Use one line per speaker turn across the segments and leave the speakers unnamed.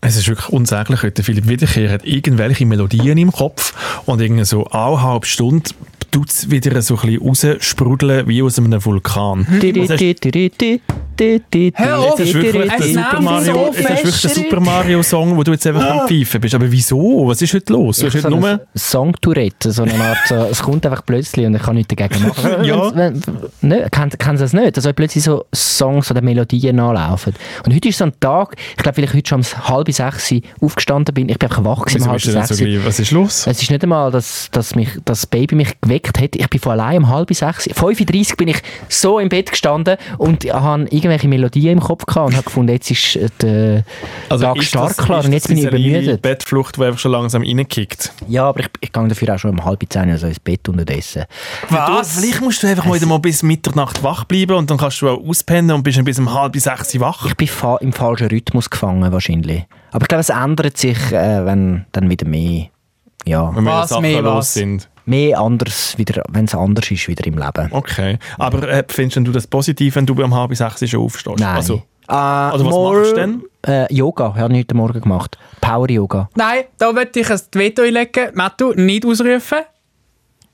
Es ist wirklich unsäglich heute. Philipp Wiederkehr hat irgendwelche Melodien im Kopf und irgendwie so eine halbe Stunde tut es wieder so ein bisschen raussprudeln wie aus einem
Mhm.
Vulkan. Das ist-
Hör
Es ist wirklich der
Es
Super
nervt
Mario,
so
es ist wirklich der
fest.
Super Mario Song, wo du jetzt einfach
Ah.
am Pfeifen bist. Aber wieso? Was ist heute los? Du hast heute
so
nur...
ein Song-Tourette, so eine Art, so, es kommt einfach plötzlich und ich kann nichts dagegen machen.
Ja.
Wenn- Ne, kennt, kennt ihr das nicht? Also wenn plötzlich so Songs oder Melodien nachlaufen. Und heute ist so ein Tag, ich glaube, weil ich heute schon um halb sechs aufgestanden bin, ich bin einfach wach gewesen,
Wieso
um halb
bist du denn so
sechs.
gleich? Was ist los?
Es ist nicht einmal, dass, dass mich, das Baby mich geweckt hat. Ich bin von allein um halb sechs. 5.30 Uhr bin ich so im Bett gestanden und habe irgendwelche Melodien im Kopf gehabt und habe gefunden, jetzt ist äh, der Tag
Also ist das-
stark klar
ist
und
das
jetzt bin ich
eine serielle
übermüdet.
Bettflucht, die einfach schon langsam reinkickt.
Ja, aber ich, ich gehe dafür auch schon um halb zehn also ins Bett unterdessen.
Du, vielleicht musst du einfach heute mal bis Mitternacht wach bleiben und dann kannst du auch auspennen und bist dann bis um halb sechs wach.
Ich bin fa im falschen Rhythmus gefangen wahrscheinlich. Aber ich glaube, es ändert sich, äh, wenn dann wieder mehr, ja,
Wenn
Was mehr
los
was?
sind.
mehr anders wieder, wenn es anders ist wieder im Leben.
Okay. Aber äh, findest denn du das positiv, wenn du um halb sechs schon aufstehst?
Nein.
Also,
Äh,
also was
mor-
machst du denn?
Äh, Yoga, ich habe heute Morgen gemacht. Power Yoga.
Nein, da möchte ich ein Veto einlegen. Mattu, nicht ausrufen.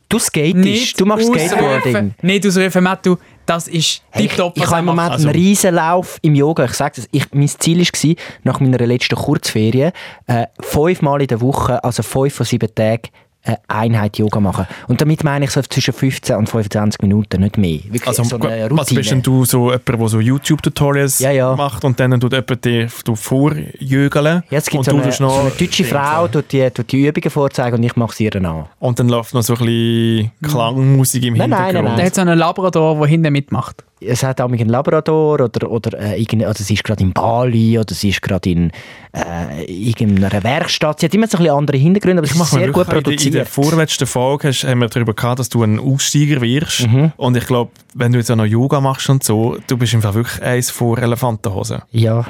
Du skatest,
Nicht
du machst
ausrufen.
Skateboarding.
Nicht ausrufen, Mattu. Das ist
Hey,
tiptop,
ich
was
habe im
er
Moment
macht.
Also-
einen riesen Lauf im Yoga. Ich sage es, ich, mein Ziel war, nach meiner letzten Kurzferien, äh, fünfmal in der Woche, also fünf von sieben Tagen, eine Einheit Yoga machen. Und damit meine ich so zwischen 15 und 25 Minuten, nicht mehr. Wirklich
Also,
so eine
was
Routine.
bist denn du so jemand, der so YouTube-Tutorials
Ja, ja.
macht und dann tut jemand dir du vorjögeln
Ja, es gibt
und
so
du
eine,
tust
so
noch
eine deutsche
Dings
Frau,
an.
tut die, tut die Übungen vorzeigen und ich mache sie ihr dann an.
Und dann läuft noch so ein bisschen Klangmusik im
Hm. Nein, nein,
Hintergrund.
nein,
Der hat so einen Labrador, der hinten mitmacht.
es hat auch einen Labrador oder, oder, äh, irgende- oder sie ist gerade in Bali oder sie ist gerade in äh, irgendeiner Werkstatt. Sie hat immer so ein bisschen andere Hintergründe, aber sie
Ich
ist
mache mir
sehr gut
wirklich in der- In der
produziert.
vorletzten Folge hast, haben wir darüber gehabt, dass du ein Aussteiger wirst.
Mhm.
Und ich glaube, wenn du jetzt auch noch Yoga machst und so, du bist einfach wirklich eins vor Elefantenhosen.
Ja,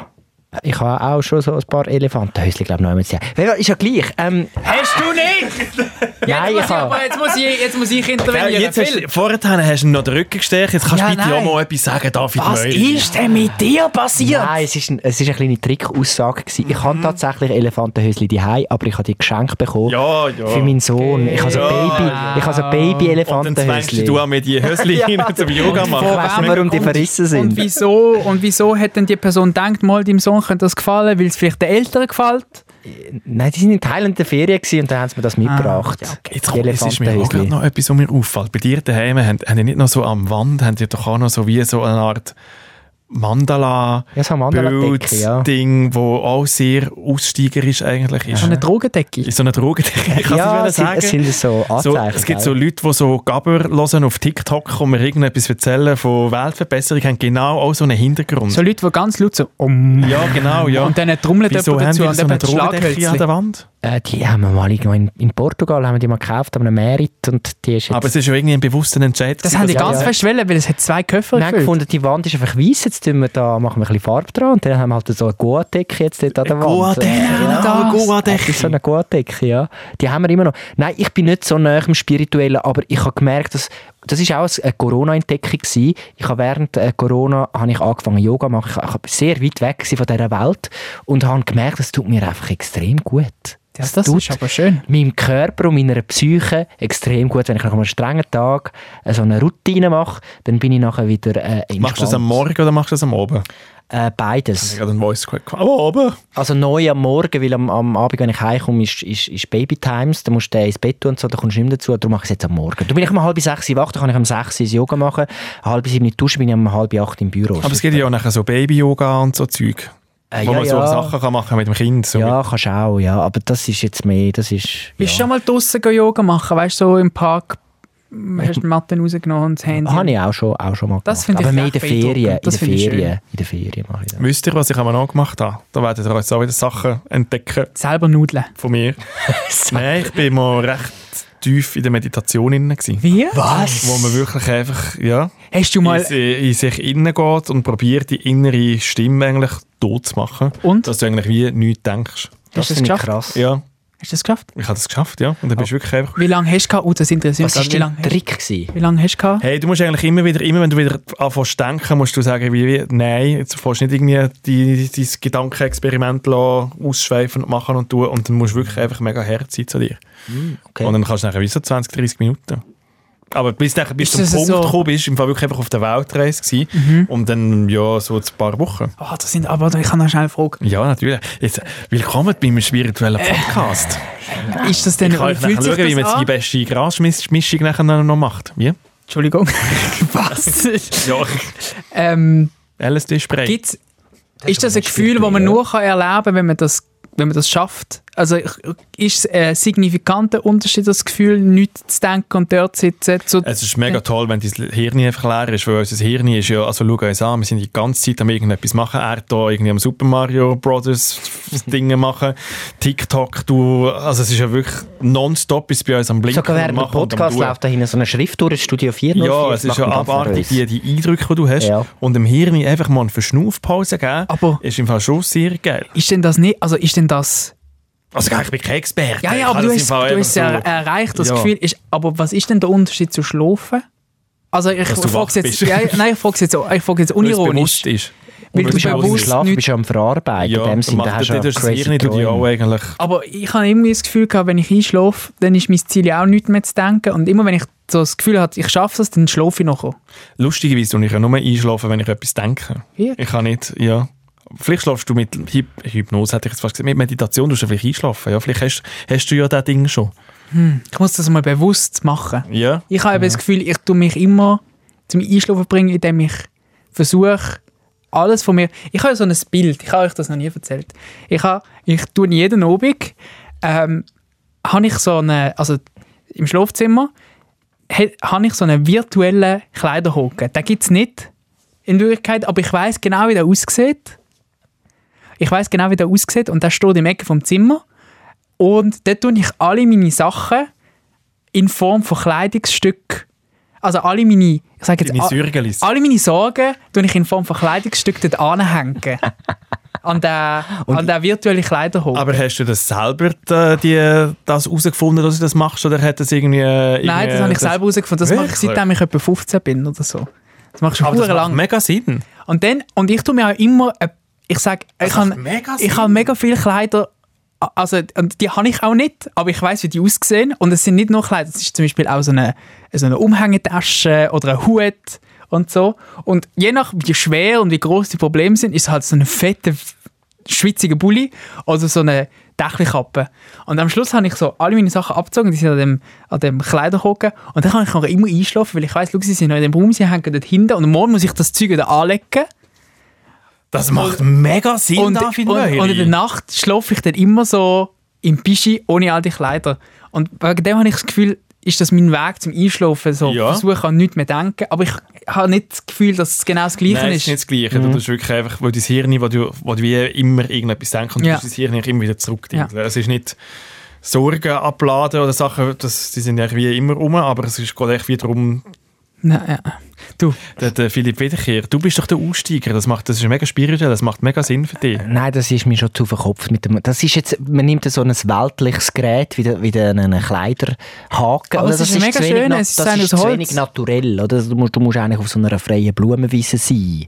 ich habe auch schon so ein paar Elefantenhäuschen, glaube ich, noch einmal gesehen. Wer- Ist ja gleich. Ähm,
Hast du nicht!
nein, ich
Jetzt muss ich,
habe...
aber jetzt muss ich, jetzt muss ich intervenieren.
jetzt hast,
Phil.
vorher hast du ihm noch den Rücken gestärkt, jetzt kannst
Ja,
du bitte
nein.
auch mal etwas sagen, David Meury.
denn mit dir passiert?
Nein, es ist, ein, es ist eine kleine Trickaussage. gewesen. Ich
Mhm.
habe tatsächlich Elefantenhäuschen daheim, aber ich habe die geschenkt bekommen
Ja, ja.
für meinen Sohn. Ich habe so
Ja.
Baby, ich habe so Baby
Und dann zwängst
Elefantenhäuschen.
du auch mit die Hösli hin zum Yoga machen.
Von
Das ist
wem
mega
warum die
cool.
verrissen sind?
Und wieso, und wieso hat denn die Person gedacht, mal deinem Sohn könnte das gefallen, weil es vielleicht den Eltern gefällt?
Nein, die sind in Thailand in der Ferien gewesen und dann haben sie mir das mitgebracht.
Jetzt
Die
kommt, es ist mir auch
Elefantenhäuschen.
gerade noch etwas, was mir auffällt. Bei dir daheim haben, haben die nicht noch so am Wand, haben die doch auch noch so wie so eine Art Mandala,
Ja, so eine Mandala-Decke,
Bild,
ja.
Ding, wo auch sehr aussteigerisch eigentlich ist.
So eine Drogendecke.
Ist so eine Drogendecke, ich kann
Ja,
es
es
nicht
sind,
sagen.
es sind so
so,
Anzeichen.
es gibt so
gell?
Leute, die so Gabber hören auf TikTok und mir irgendetwas erzählen von Weltverbesserung, haben genau auch so einen Hintergrund.
So Leute, die ganz laut so um.
ja, genau, ja.
Und dann trommelt
Wieso
jemand
haben
dazu
die
und
so eine
jemand hat
Drogendecke an
Schlaghölzchen.
der Wand?
äh, die haben wir mal irgendwo in, in Portugal haben wir die mal gekauft, haben einen Merit und die ist jetzt...
Aber es ist ja irgendwie ein bewusster Entscheid.
Das
gewesen,
haben die
dass-
ganz
ja.
fest wollen, weil es hat zwei Köpfe
wir haben
gefüllt.
gefunden, die Wand ist einfach weiss, jetzt tun wir da, machen wir ein bisschen Farbe dran und dann haben wir halt so eine Goa-Decke jetzt dort an der Wand.
Goa-Decke, genau,
das.
Goa-Decke.
Das ist so eine Goa-Decke, ja. Die haben wir immer noch. Nein, ich bin nicht so nah im Spirituellen, aber ich habe gemerkt, dass das ist auch eine Corona-Entdeckung gewesen. Ich habe während äh, Corona habe ich angefangen Yoga zu machen. Ich war sehr weit weg gewesen von dieser Welt und habe gemerkt, das tut mir einfach extrem gut.
Ja, das
tut
ist aber schön.
meinem Körper und meiner Psyche extrem gut. Wenn ich nach einem strengen Tag äh, so eine Routine mache, dann bin ich nachher wieder äh, entspannt.
Machst du das am Morgen oder machst du das am Abend?
Äh, beides.
Ich habe einen Voice Crack. Am Abend?
Also neu am Morgen, weil am, am Abend, wenn ich heimkomme, ist, ist, ist Baby Times. Da musst du den ins Bett tun und so, da kommst du nicht mehr dazu. Darum mache ich es jetzt am Morgen. Da bin ich um halb sechs Uhr wach, da kann ich um sechs Uhr Yoga machen. Um halb sieben in die Dusche, bin ich um halb acht im Büro.
Aber es gibt ja auch nachher so Baby-Yoga und so Zeug.
Äh,
wo
ja,
man so
ja.
Sachen kann machen mit dem Kind. So
ja, kannst auch, ja. Aber das ist jetzt mehr, das ist...
Bist du schon mal draußen Yoga machen? Weißt du, so im Park
Äh,
mm, hast du die Matten rausgenommen
Ah,
und das Handy.
Habe ich auch schon, auch schon mal gemacht.
Das finde ich
Aber mehr in
recht
den Ferien.
beeindruckend. Das
in den
finde ich
Ferien. In den Ferien mache ich das.
mit- Wisst ihr, was ich einmal noch gemacht habe? Da werdet ihr jetzt auch wieder Sachen entdecken
Selber nudeln.
von mir. Nein, ich bin mal recht tief in der Meditation drin. gewesen.
Wie?
Was?
Wo man wirklich einfach ja,
Hast du
in,
mal.
si- in sich innen geht und probiert, die innere Stimme eigentlich tot zu machen.
Und?
Dass du eigentlich wie nichts denkst.
Das
Hast du es
finde ich
geschafft?
krass.
Ja.
Hast du das geschafft?
Ich habe das geschafft, ja. Und dann
Oh.
bist du wirklich einfach...
Wie lange hast du gehabt? Oh, das interessiert
Was
mich.
war
Wie lange
dein
hast,
Trick? Gewesen?
wie lange hast du gehabt?
Hey, du musst eigentlich immer wieder, immer wenn du wieder anfängst zu denken, musst du sagen, wie, wie nein, jetzt fährst du nicht irgendwie die- dein Gedankenexperiment lassen, ausschweifen und machen und tun und dann musst du wirklich einfach mega hart sein zu dir.
Okay.
Und dann kannst du nachher wie so 20, 30 Minuten. Aber bis du bis
Ist
zum
das
Punkt
so?
gekommen bist, im Fall wirklich einfach auf der Weltreise gewesen und dann ja so ein paar Wochen.
Oh, das sind, aber ich kann noch schnell eine Frage.
Ja, natürlich. Jetzt, willkommen bei meinem spirituellen Podcast.
Ist das denn,
ich kann euch nachher schauen, Äh, wie man jetzt die beste Grasmischung nachher noch macht. Wie?
Entschuldigung. Was?
Ja,
ähm,
LSD-Spray.
gibt's, ist das ein
nicht
Gefühl, das man
spirituell.
nur kann erleben kann, wenn man das wenn man das schafft? Also ich- ist es ein signifikanter Unterschied, das Gefühl, nichts zu denken und dort zu sitzen? So,
Es ist mega toll, wenn dein Hirn einfach leer ist, weil unser Hirn ist ja, also schau uns an, wir sind die ganze Zeit am irgendetwas machen, er da irgendwie am Super Mario Brothers Dinge machen, TikTok, du, also es ist ja wirklich nonstop, ist bei uns am Blinken
Sogar während
und
dem
machen und am
Podcast
Tun.
läuft da hinten so eine Schrift durch, das Studio 4
Ja, es ist ja abartig, die, die Eindrücke, die du hast.
Ja.
Und dem Hirn einfach mal eine Verschnaufpause geben,
Aber-
ist im Fall schon sehr geil.
ist denn das nicht, also ist denn das...
Also gell, ich bin kein Experte.
Ja,
Ich
ja,
kann
aber du
das im
hast,
Fall
du
einfach
hast ja äh, erreicht, das
Ja.
Gefühl. Ist, aber was ist denn der Unterschied zu schlafen? Also ich
Dass du
frage
wach
jetzt,
bist.
ja, nein, ich frage jetzt, auch- ich frage jetzt
weil es
unironisch.
bewusst ist.
Weil
Und
du
es
bewusst
bewusst-
Schlaf
nicht-
bist du am Verarbeiten.
Ja,
in dem Sinne,
macht-
da hast du
dort
auch
ist das
crazy
Hirn nicht
Träume.
auch eigentlich.
Aber ich habe immer das Gefühl gehabt, wenn ich einschlafe, dann ist mein Ziel ja auch nichts mehr zu denken. Und immer wenn ich so das Gefühl habe, ich schaffe es, dann schlafe ich noch.
Lustigerweise tue ich ja nur einschlafen, wenn ich etwas denke.
Wirklich?
Ich kann nicht, ja. Vielleicht schlafst du mit Hyp Hypnose, hätte ich jetzt fast gesagt, mit Meditation tust du vielleicht einschlafen. Ja, vielleicht hast, hast du ja das Ding schon.
Ich muss das mal bewusst machen.
Ja.
Ich habe eben das Gefühl, ich tue mich immer zum Einschlafen bringen, indem ich versuche, alles von mir. Ich habe ja so ein Bild, ich habe euch das noch nie erzählt. Ich, habe, ich tue jeden Abend, ähm, habe ich so eine, also im Schlafzimmer, he- habe ich so einen virtuellen Kleiderhaken. Den gibt es nicht in Wirklichkeit, aber ich weiß genau, wie der aussieht. Ich weiß genau, wie der aussieht und der steht im Ecke vom Zimmer. Und dort tue ich alle meine Sachen in Form von Kleidungsstück. Also alle meine, ich sage jetzt,
Deine
a-
Sürgelis.
alle meine Sorgen tue ich in Form von Kleidungsstücken dort anhängen. an den, an den virtuellen Kleiderhaken.
Aber hast du das selber äh, die, das herausgefunden, dass du das machst? Oder hat das irgendwie. irgendwie
Nein, das habe ich selber herausgefunden. Das mache ich
äh, Wirklich?
seitdem ich etwa 15 bin oder so. Das machst du
Aber das
schon
macht
lang.
mega Sinn.
Und, dann, und ich tue mir auch immer, äh, ich sage, ich
macht
habe
mega Sinn.
ich habe mega viele Kleider, a- also und die habe ich auch nicht, aber ich weiß, wie die aussehen. Und es sind nicht nur Kleider, es ist zum Beispiel auch so eine, so eine Umhängetasche oder ein Hut und so. Und je nach wie schwer und wie groß die Probleme sind, ist halt so eine fette schwitziger Bulli oder so eine Dächelkappe. Und am Schluss habe ich so alle meine Sachen abgezogen, die sind an dem, an dem Kleiderhaken. Und dann kann ich noch immer einschlafen, weil ich weiss, schau, sie sind noch in dem Raum, sie hängen dort hinten und morgen muss ich das Zeug wieder anlegen.
Das macht mega Sinn,
Und,
David
und,
Möhring.
und in der Nacht schlafe ich dann immer so im Pischi ohne all die Kleider. Und wegen dem habe ich das Gefühl, ist das mein Weg zum Einschlafen. So
Ja.
versuche an nichts mehr denken, aber ich habe nicht das Gefühl, dass es genau das Gleiche
Nein, es
ist. Mhm.
ist nicht das Gleiche. Du tust wirklich einfach, weil dein Hirn, wo du, wo du wie immer irgendetwas denkst, und
Ja.
du tust dein Hirn eigentlich immer wieder zurückdingeln. Es ist nicht Sorgen abladen oder Sachen, das, die sind eigentlich wie immer rum, aber es ist- geht echt wie darum,
Nein, ja. Du,
der, der Philipp Wiederkehr, du bist doch der Aussteiger, das, macht, das ist mega spirituell, das macht mega Sinn für dich.
Nein, das ist mir schon zu verkopft. Mit dem, das ist jetzt, man nimmt so ein weltliches Gerät wie, der- wie der- einen Kleiderhaken.
Aber es ist mega
zu wenig
schön,
nat-
es ist
das
ein
ist
aus
zu
Holz.
wenig naturell. Oder? Du, musst, du musst eigentlich auf so einer freien Blumenwiese sein.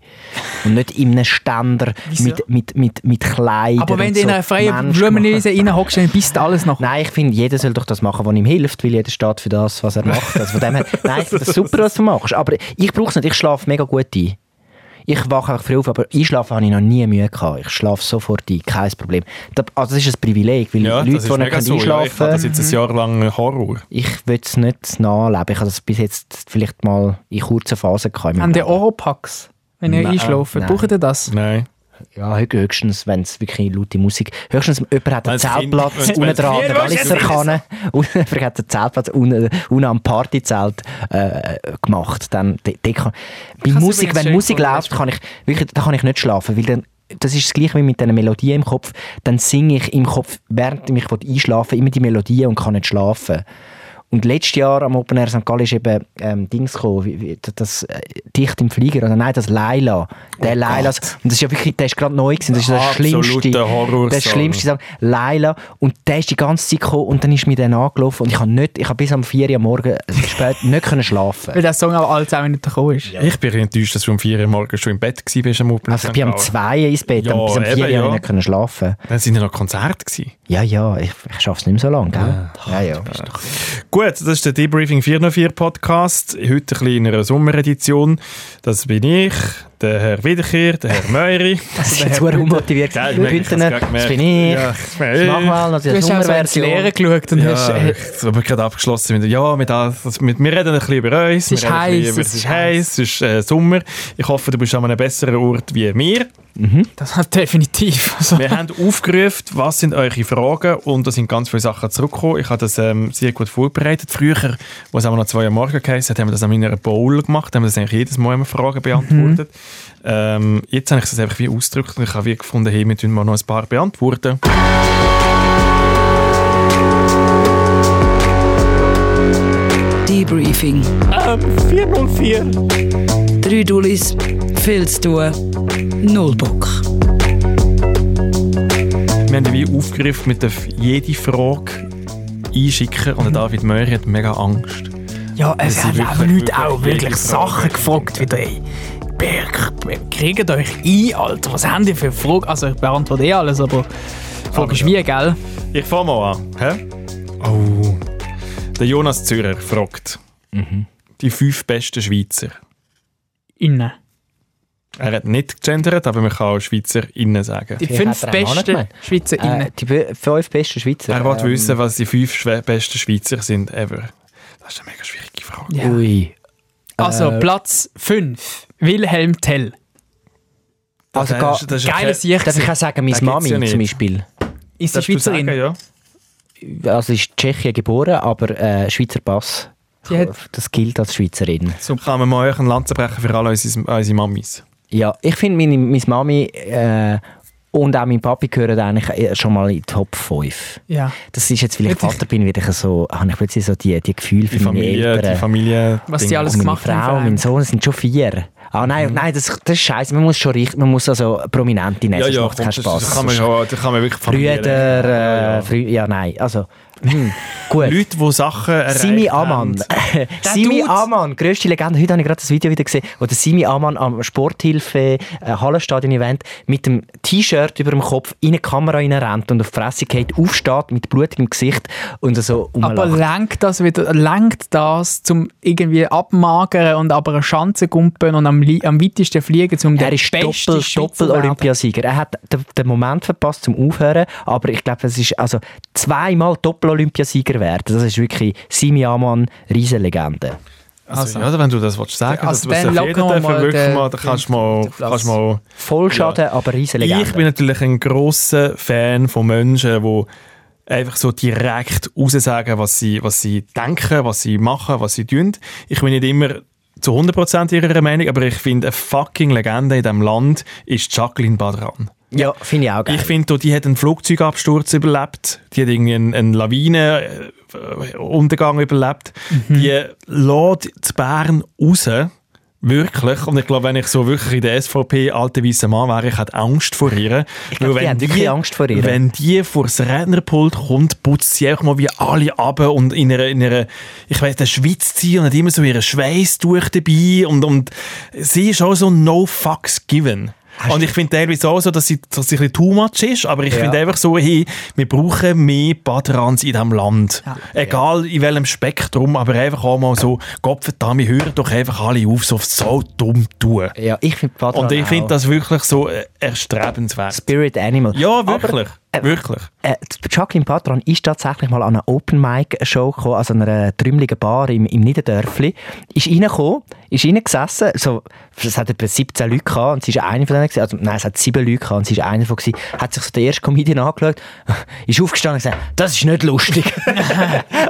Und nicht in einem Ständer
Wieso?
mit, mit, mit, mit Kleidern.
aber wenn
und
du in
so
einer freien
Mensch gemacht.
Blumenwiese reinhockst, dann bist du alles noch.
Nein, ich finde, jeder soll doch das machen, was ihm hilft, weil jeder steht für das, was er macht. Also von dem her, nein, ich finde das super, was du machst. Aber ich brauche es nicht, ich schlafe mega gut ein. Ich wache einfach früh auf, aber einschlafen habe ich noch nie Mühe gehabt. Ich schlafe sofort ein, kein Problem. Da- Also das ist ein Privileg, weil
Ja,
Leute,
das
die
ist
nicht
mega
können
so. Ja, ich
einschlafen
habe das
können,
jetzt
Mhm.
ein Jahr lang Horror.
ich will es nicht nachleben. Ich habe das bis jetzt vielleicht mal in kurzen Phasen gehabt. in meinem
An den
Leben.
Oropax, wenn ihr
Nein,
einschlaft.
nein.
Braucht ihr das?
Nein.
Ja, höch- höchstens, wenn es wirklich laute Musik Höchstens, jemand hat einen
Wenn's Kind-
Zeltplatz
wenn's-
unten dran,
wenn's-
der Walliserkanne.
Also.
Jemand hat einen Zeltplatz unten, unten am Partyzelt äh, gemacht. Dann, de, de kann, bei
kann's
Musik,
übrigens
wenn
schön
Musik
gefunden,
läuft, kann ich, wirklich, da kann ich nicht schlafen, weil dann das ist das gleiche wie mit einer Melodie im Kopf. Dann singe ich im Kopf, während ich mich einschlafen will, immer die Melodie und kann nicht schlafen. Und letztes Jahr am Open Air St. Gallen ist eben ähm, Dings gekommen, wie, wie, das äh, Dicht im Flieger, oder nein, das Laila. Der
Oh
Laila, und das ist ja wirklich, der ist gerade neu gewesen, das ist das
Absoluter
Schlimmste.
Horrorsong.
Das Schlimmste, sagen, Laila. Und der ist die ganze Zeit gekommen und dann ist mir der angelaufen und ich habe nicht, ich habe bis am 4 Uhr am Morgen äh, spät nicht können
Weil
schlafen.
der Song auch alle 10 Minuten gekommen ist.
Ich bin enttäuscht, dass du um 4 Uhr morgens schon im Bett warst am Open
Also ich
St.
bin am
Gallen.
2 Uhr ins Bett,
Ja,
und bis am 4
eben,
Uhr habe
ja.
ich nicht können schlafen.
Dann sind ja noch Konzerte gewesen.
Ja, ja, ich, ich schaffe es nicht mehr so lange, gell? Ja, ja.
Gut, das ist der Debriefing 404 Podcast. Heute ein bisschen in einer Sommeredition. Das bin ich, der Herr Wiederkehr, der Herr Meuri.
Das ist jetzt sehr unmotiviert.
Gell, ich merke, ich hab's
Bündner,
gerade
das
gemerkt.
bin ich.
Ja,
das mach mal, das
Du
ist
hast
eine
auch so ins
Sommerversion.
Leere
Äh,
geschaut und hast... äh,
Ja, ich habe gerade abgeschlossen mit, ja, mit, all- das- mit, wir reden ein bisschen über uns.
Es ist
wir reden ein bisschen
heiß,
über- Es
es ist
ist heiß, es ist äh, Sommer. Ich hoffe, du bist an einem besseren Ort wie wir.
Das hat definitiv. Also,
Wir haben aufgerufen, was sind eure Fragen und da sind ganz viele Sachen zurückgekommen. Ich habe das ähm, sehr gut vorbereitet. Früher, wo es aber noch zwei Jahre morgen geheißen hat, haben wir das an meiner Bowl gemacht, haben wir das eigentlich jedes Mal immer Fragen beantwortet. Ähm, jetzt habe ich das einfach wie ausgedrückt und ich habe wie gefunden, hey, wir tun mal noch ein paar beantworten.
Debriefing. 404. Drei Dullis, viel zu tun, null Bock.
Wir haben wie aufgerufen, wir dürfen jede Frage einschicken und der David Möhr hat mega Angst.
ja, es
Das
haben
sind
auch
wirklich,
Leute auch
wirklich
wirklich
jede
Sachen
Frage.
gefragt, wie ey, Berg, kriegt euch ein, Alter, was habt ihr für Fragen? Also, ich beantworte eh alles, aber die Frage
Aber
ist
ja.
wie, gell?
Ich fange mal an. Hä? Oh. Mhm. Der Jonas Zürer fragt, die fünf besten Schweizer.
Innen.
Er hat nicht gegendert, aber man kann auch SchweizerInnen sagen.
Die
Vielleicht
fünf
hat er ihn auch nicht
besten
gemeint.
Schweizer
Äh,
innen.
die be- fünf besten Schweizer.
Er wollte
Ähm,
wissen, was die fünf schwe- besten Schweizer sind ever. Das ist eine mega schwierige Frage.
Ja.
Ui.
Also,
äh,
Platz 5. Wilhelm Tell.
Also,
Das
gar,
ist- das ist
Geiler
okay.
Sieg.
darf ich auch sagen,
Da
meine
gibt's ja
Mami
nicht.
zum Beispiel.
Ist
Darfst
sie
du
Schweizerin?
sagen, ja?
Also, ist in Tschechien geboren, aber äh, Schweizer Pass.
Die hat-
Das gilt als Schweizerin.
So kann man mal euch einen Lanzen brechen für alle unsere, unsere Mamis.
Ja, ich finde, meine, meine Mami äh, und auch mein Papi gehören eigentlich äh, schon mal in die Top 5.
Ja.
Das ist jetzt, weil ich
Jetzt-
Vater bin, wieder so, habe ich plötzlich so die, die Gefühle für
Die
meine
Familie,
Eltern.
die Familie.
Was
Ding. Oh,
die alles-
Und meine
gemacht haben vor
Frau,
allem.
mein Sohn, es sind schon vier. Ah nein,
Mhm.
nein, das, das ist scheiße. Man muss schon richtig, man muss also Prominente nehmen,
Ja,
sonst
ja,
macht
komm,
keinen
das,
Spaß.
das kann man
Sonst
schon, das kann man wirklich Familie.
Brüder,
Ja,
äh,
ja.
Frü ja nein, also hm, gut.
Leute, die Sachen erreicht
Simi
haben.
Amann. Simi
Dude.
Amann, grösste Legende. Heute habe ich gerade das Video wieder gesehen, wo der Simi Amann am Sporthilfe äh, Hallenstadion Event mit dem T-Shirt über dem Kopf in eine Kamera rennt und auf die Fresse geht, aufsteht mit blutigem Gesicht und so
Aber
rumlacht.
lenkt das wieder, lenkt das zum irgendwie abmagern und aber eine Schanze gumpen und am, li- am weitesten fliegen, um der
Er ist
beste
Doppel-
Schweizer werden?
Doppel-Olympiasieger. er hat den, den Moment verpasst zum Aufhören, aber ich glaube, es ist also zweimal Doppel-Olympiasieger werden. Das ist wirklich Simi Amann, Riesenlegende.
Also, ja, wenn du das willst sagen,
Also,
das
dann
muss auf
lockern wir
jeden
mal
Fall wirklich
den-
mal, da kannst du
den-
mal,
den Platz.
kannst du mal
Vollschaden, aber Riesenlegende.
Ich bin natürlich ein großer Fan von Menschen, die einfach so direkt raussagen, was sie, was sie denken, was sie machen, was sie tun. Ich bin nicht immer zu 100% ihrer Meinung, aber ich finde, eine fucking Legende in diesem Land ist Jacqueline Badran.
ja, finde ich auch geil.
Ich finde, die hat einen Flugzeugabsturz überlebt, die hat irgendwie einen, einen Lawinenuntergang überlebt,
Mhm.
die lädt zu Bern raus. Wirklich. Und ich glaube, wenn ich so wirklich in der SVP alte weiße Mann wäre, ich hätte Angst vor ihr. Ich
glaub, die haben wirklich Angst vor ihr.
Wenn die vor das Rednerpult kommt, putzt sie einfach mal wie alle ab und in einer, in einer ich weiß, der schwitzt sie und hat immer so ihren Schweißtuch dabei und, und sie ist auch so no fucks given. und ich finde teilweise auch so, dass sie, dass sie ein bisschen too much ist, aber ich
Ja.
finde einfach so, hey, wir brauchen mehr Patrans in diesem Land. Egal in welchem Spektrum, aber einfach auch mal so, Gottverdammt, hören doch einfach alle auf, so so dumm tun.
ja, genau. ich finde Badran
Und ich finde
auch.
das wirklich so äh, erstrebenswert.
Spirit Animal.
Ja,
Aber,
wirklich.
äh,
wirklich.
Äh, die Jacqueline Patron ist tatsächlich mal an einer Open-Mic-Show gekommen, also an einer trümmeligen Bar im, im Niederdörfli. Ist reingekommen, ist reingesessen, so, es hat etwa 17 Leute gehabt und sie ist eine von denen gewesen, also nein, es hat 7 Leute gehabt und sie ist eine von gewesen, hat sich so der erste Comedian angeschaut, ist aufgestanden und gesagt, das ist nicht lustig.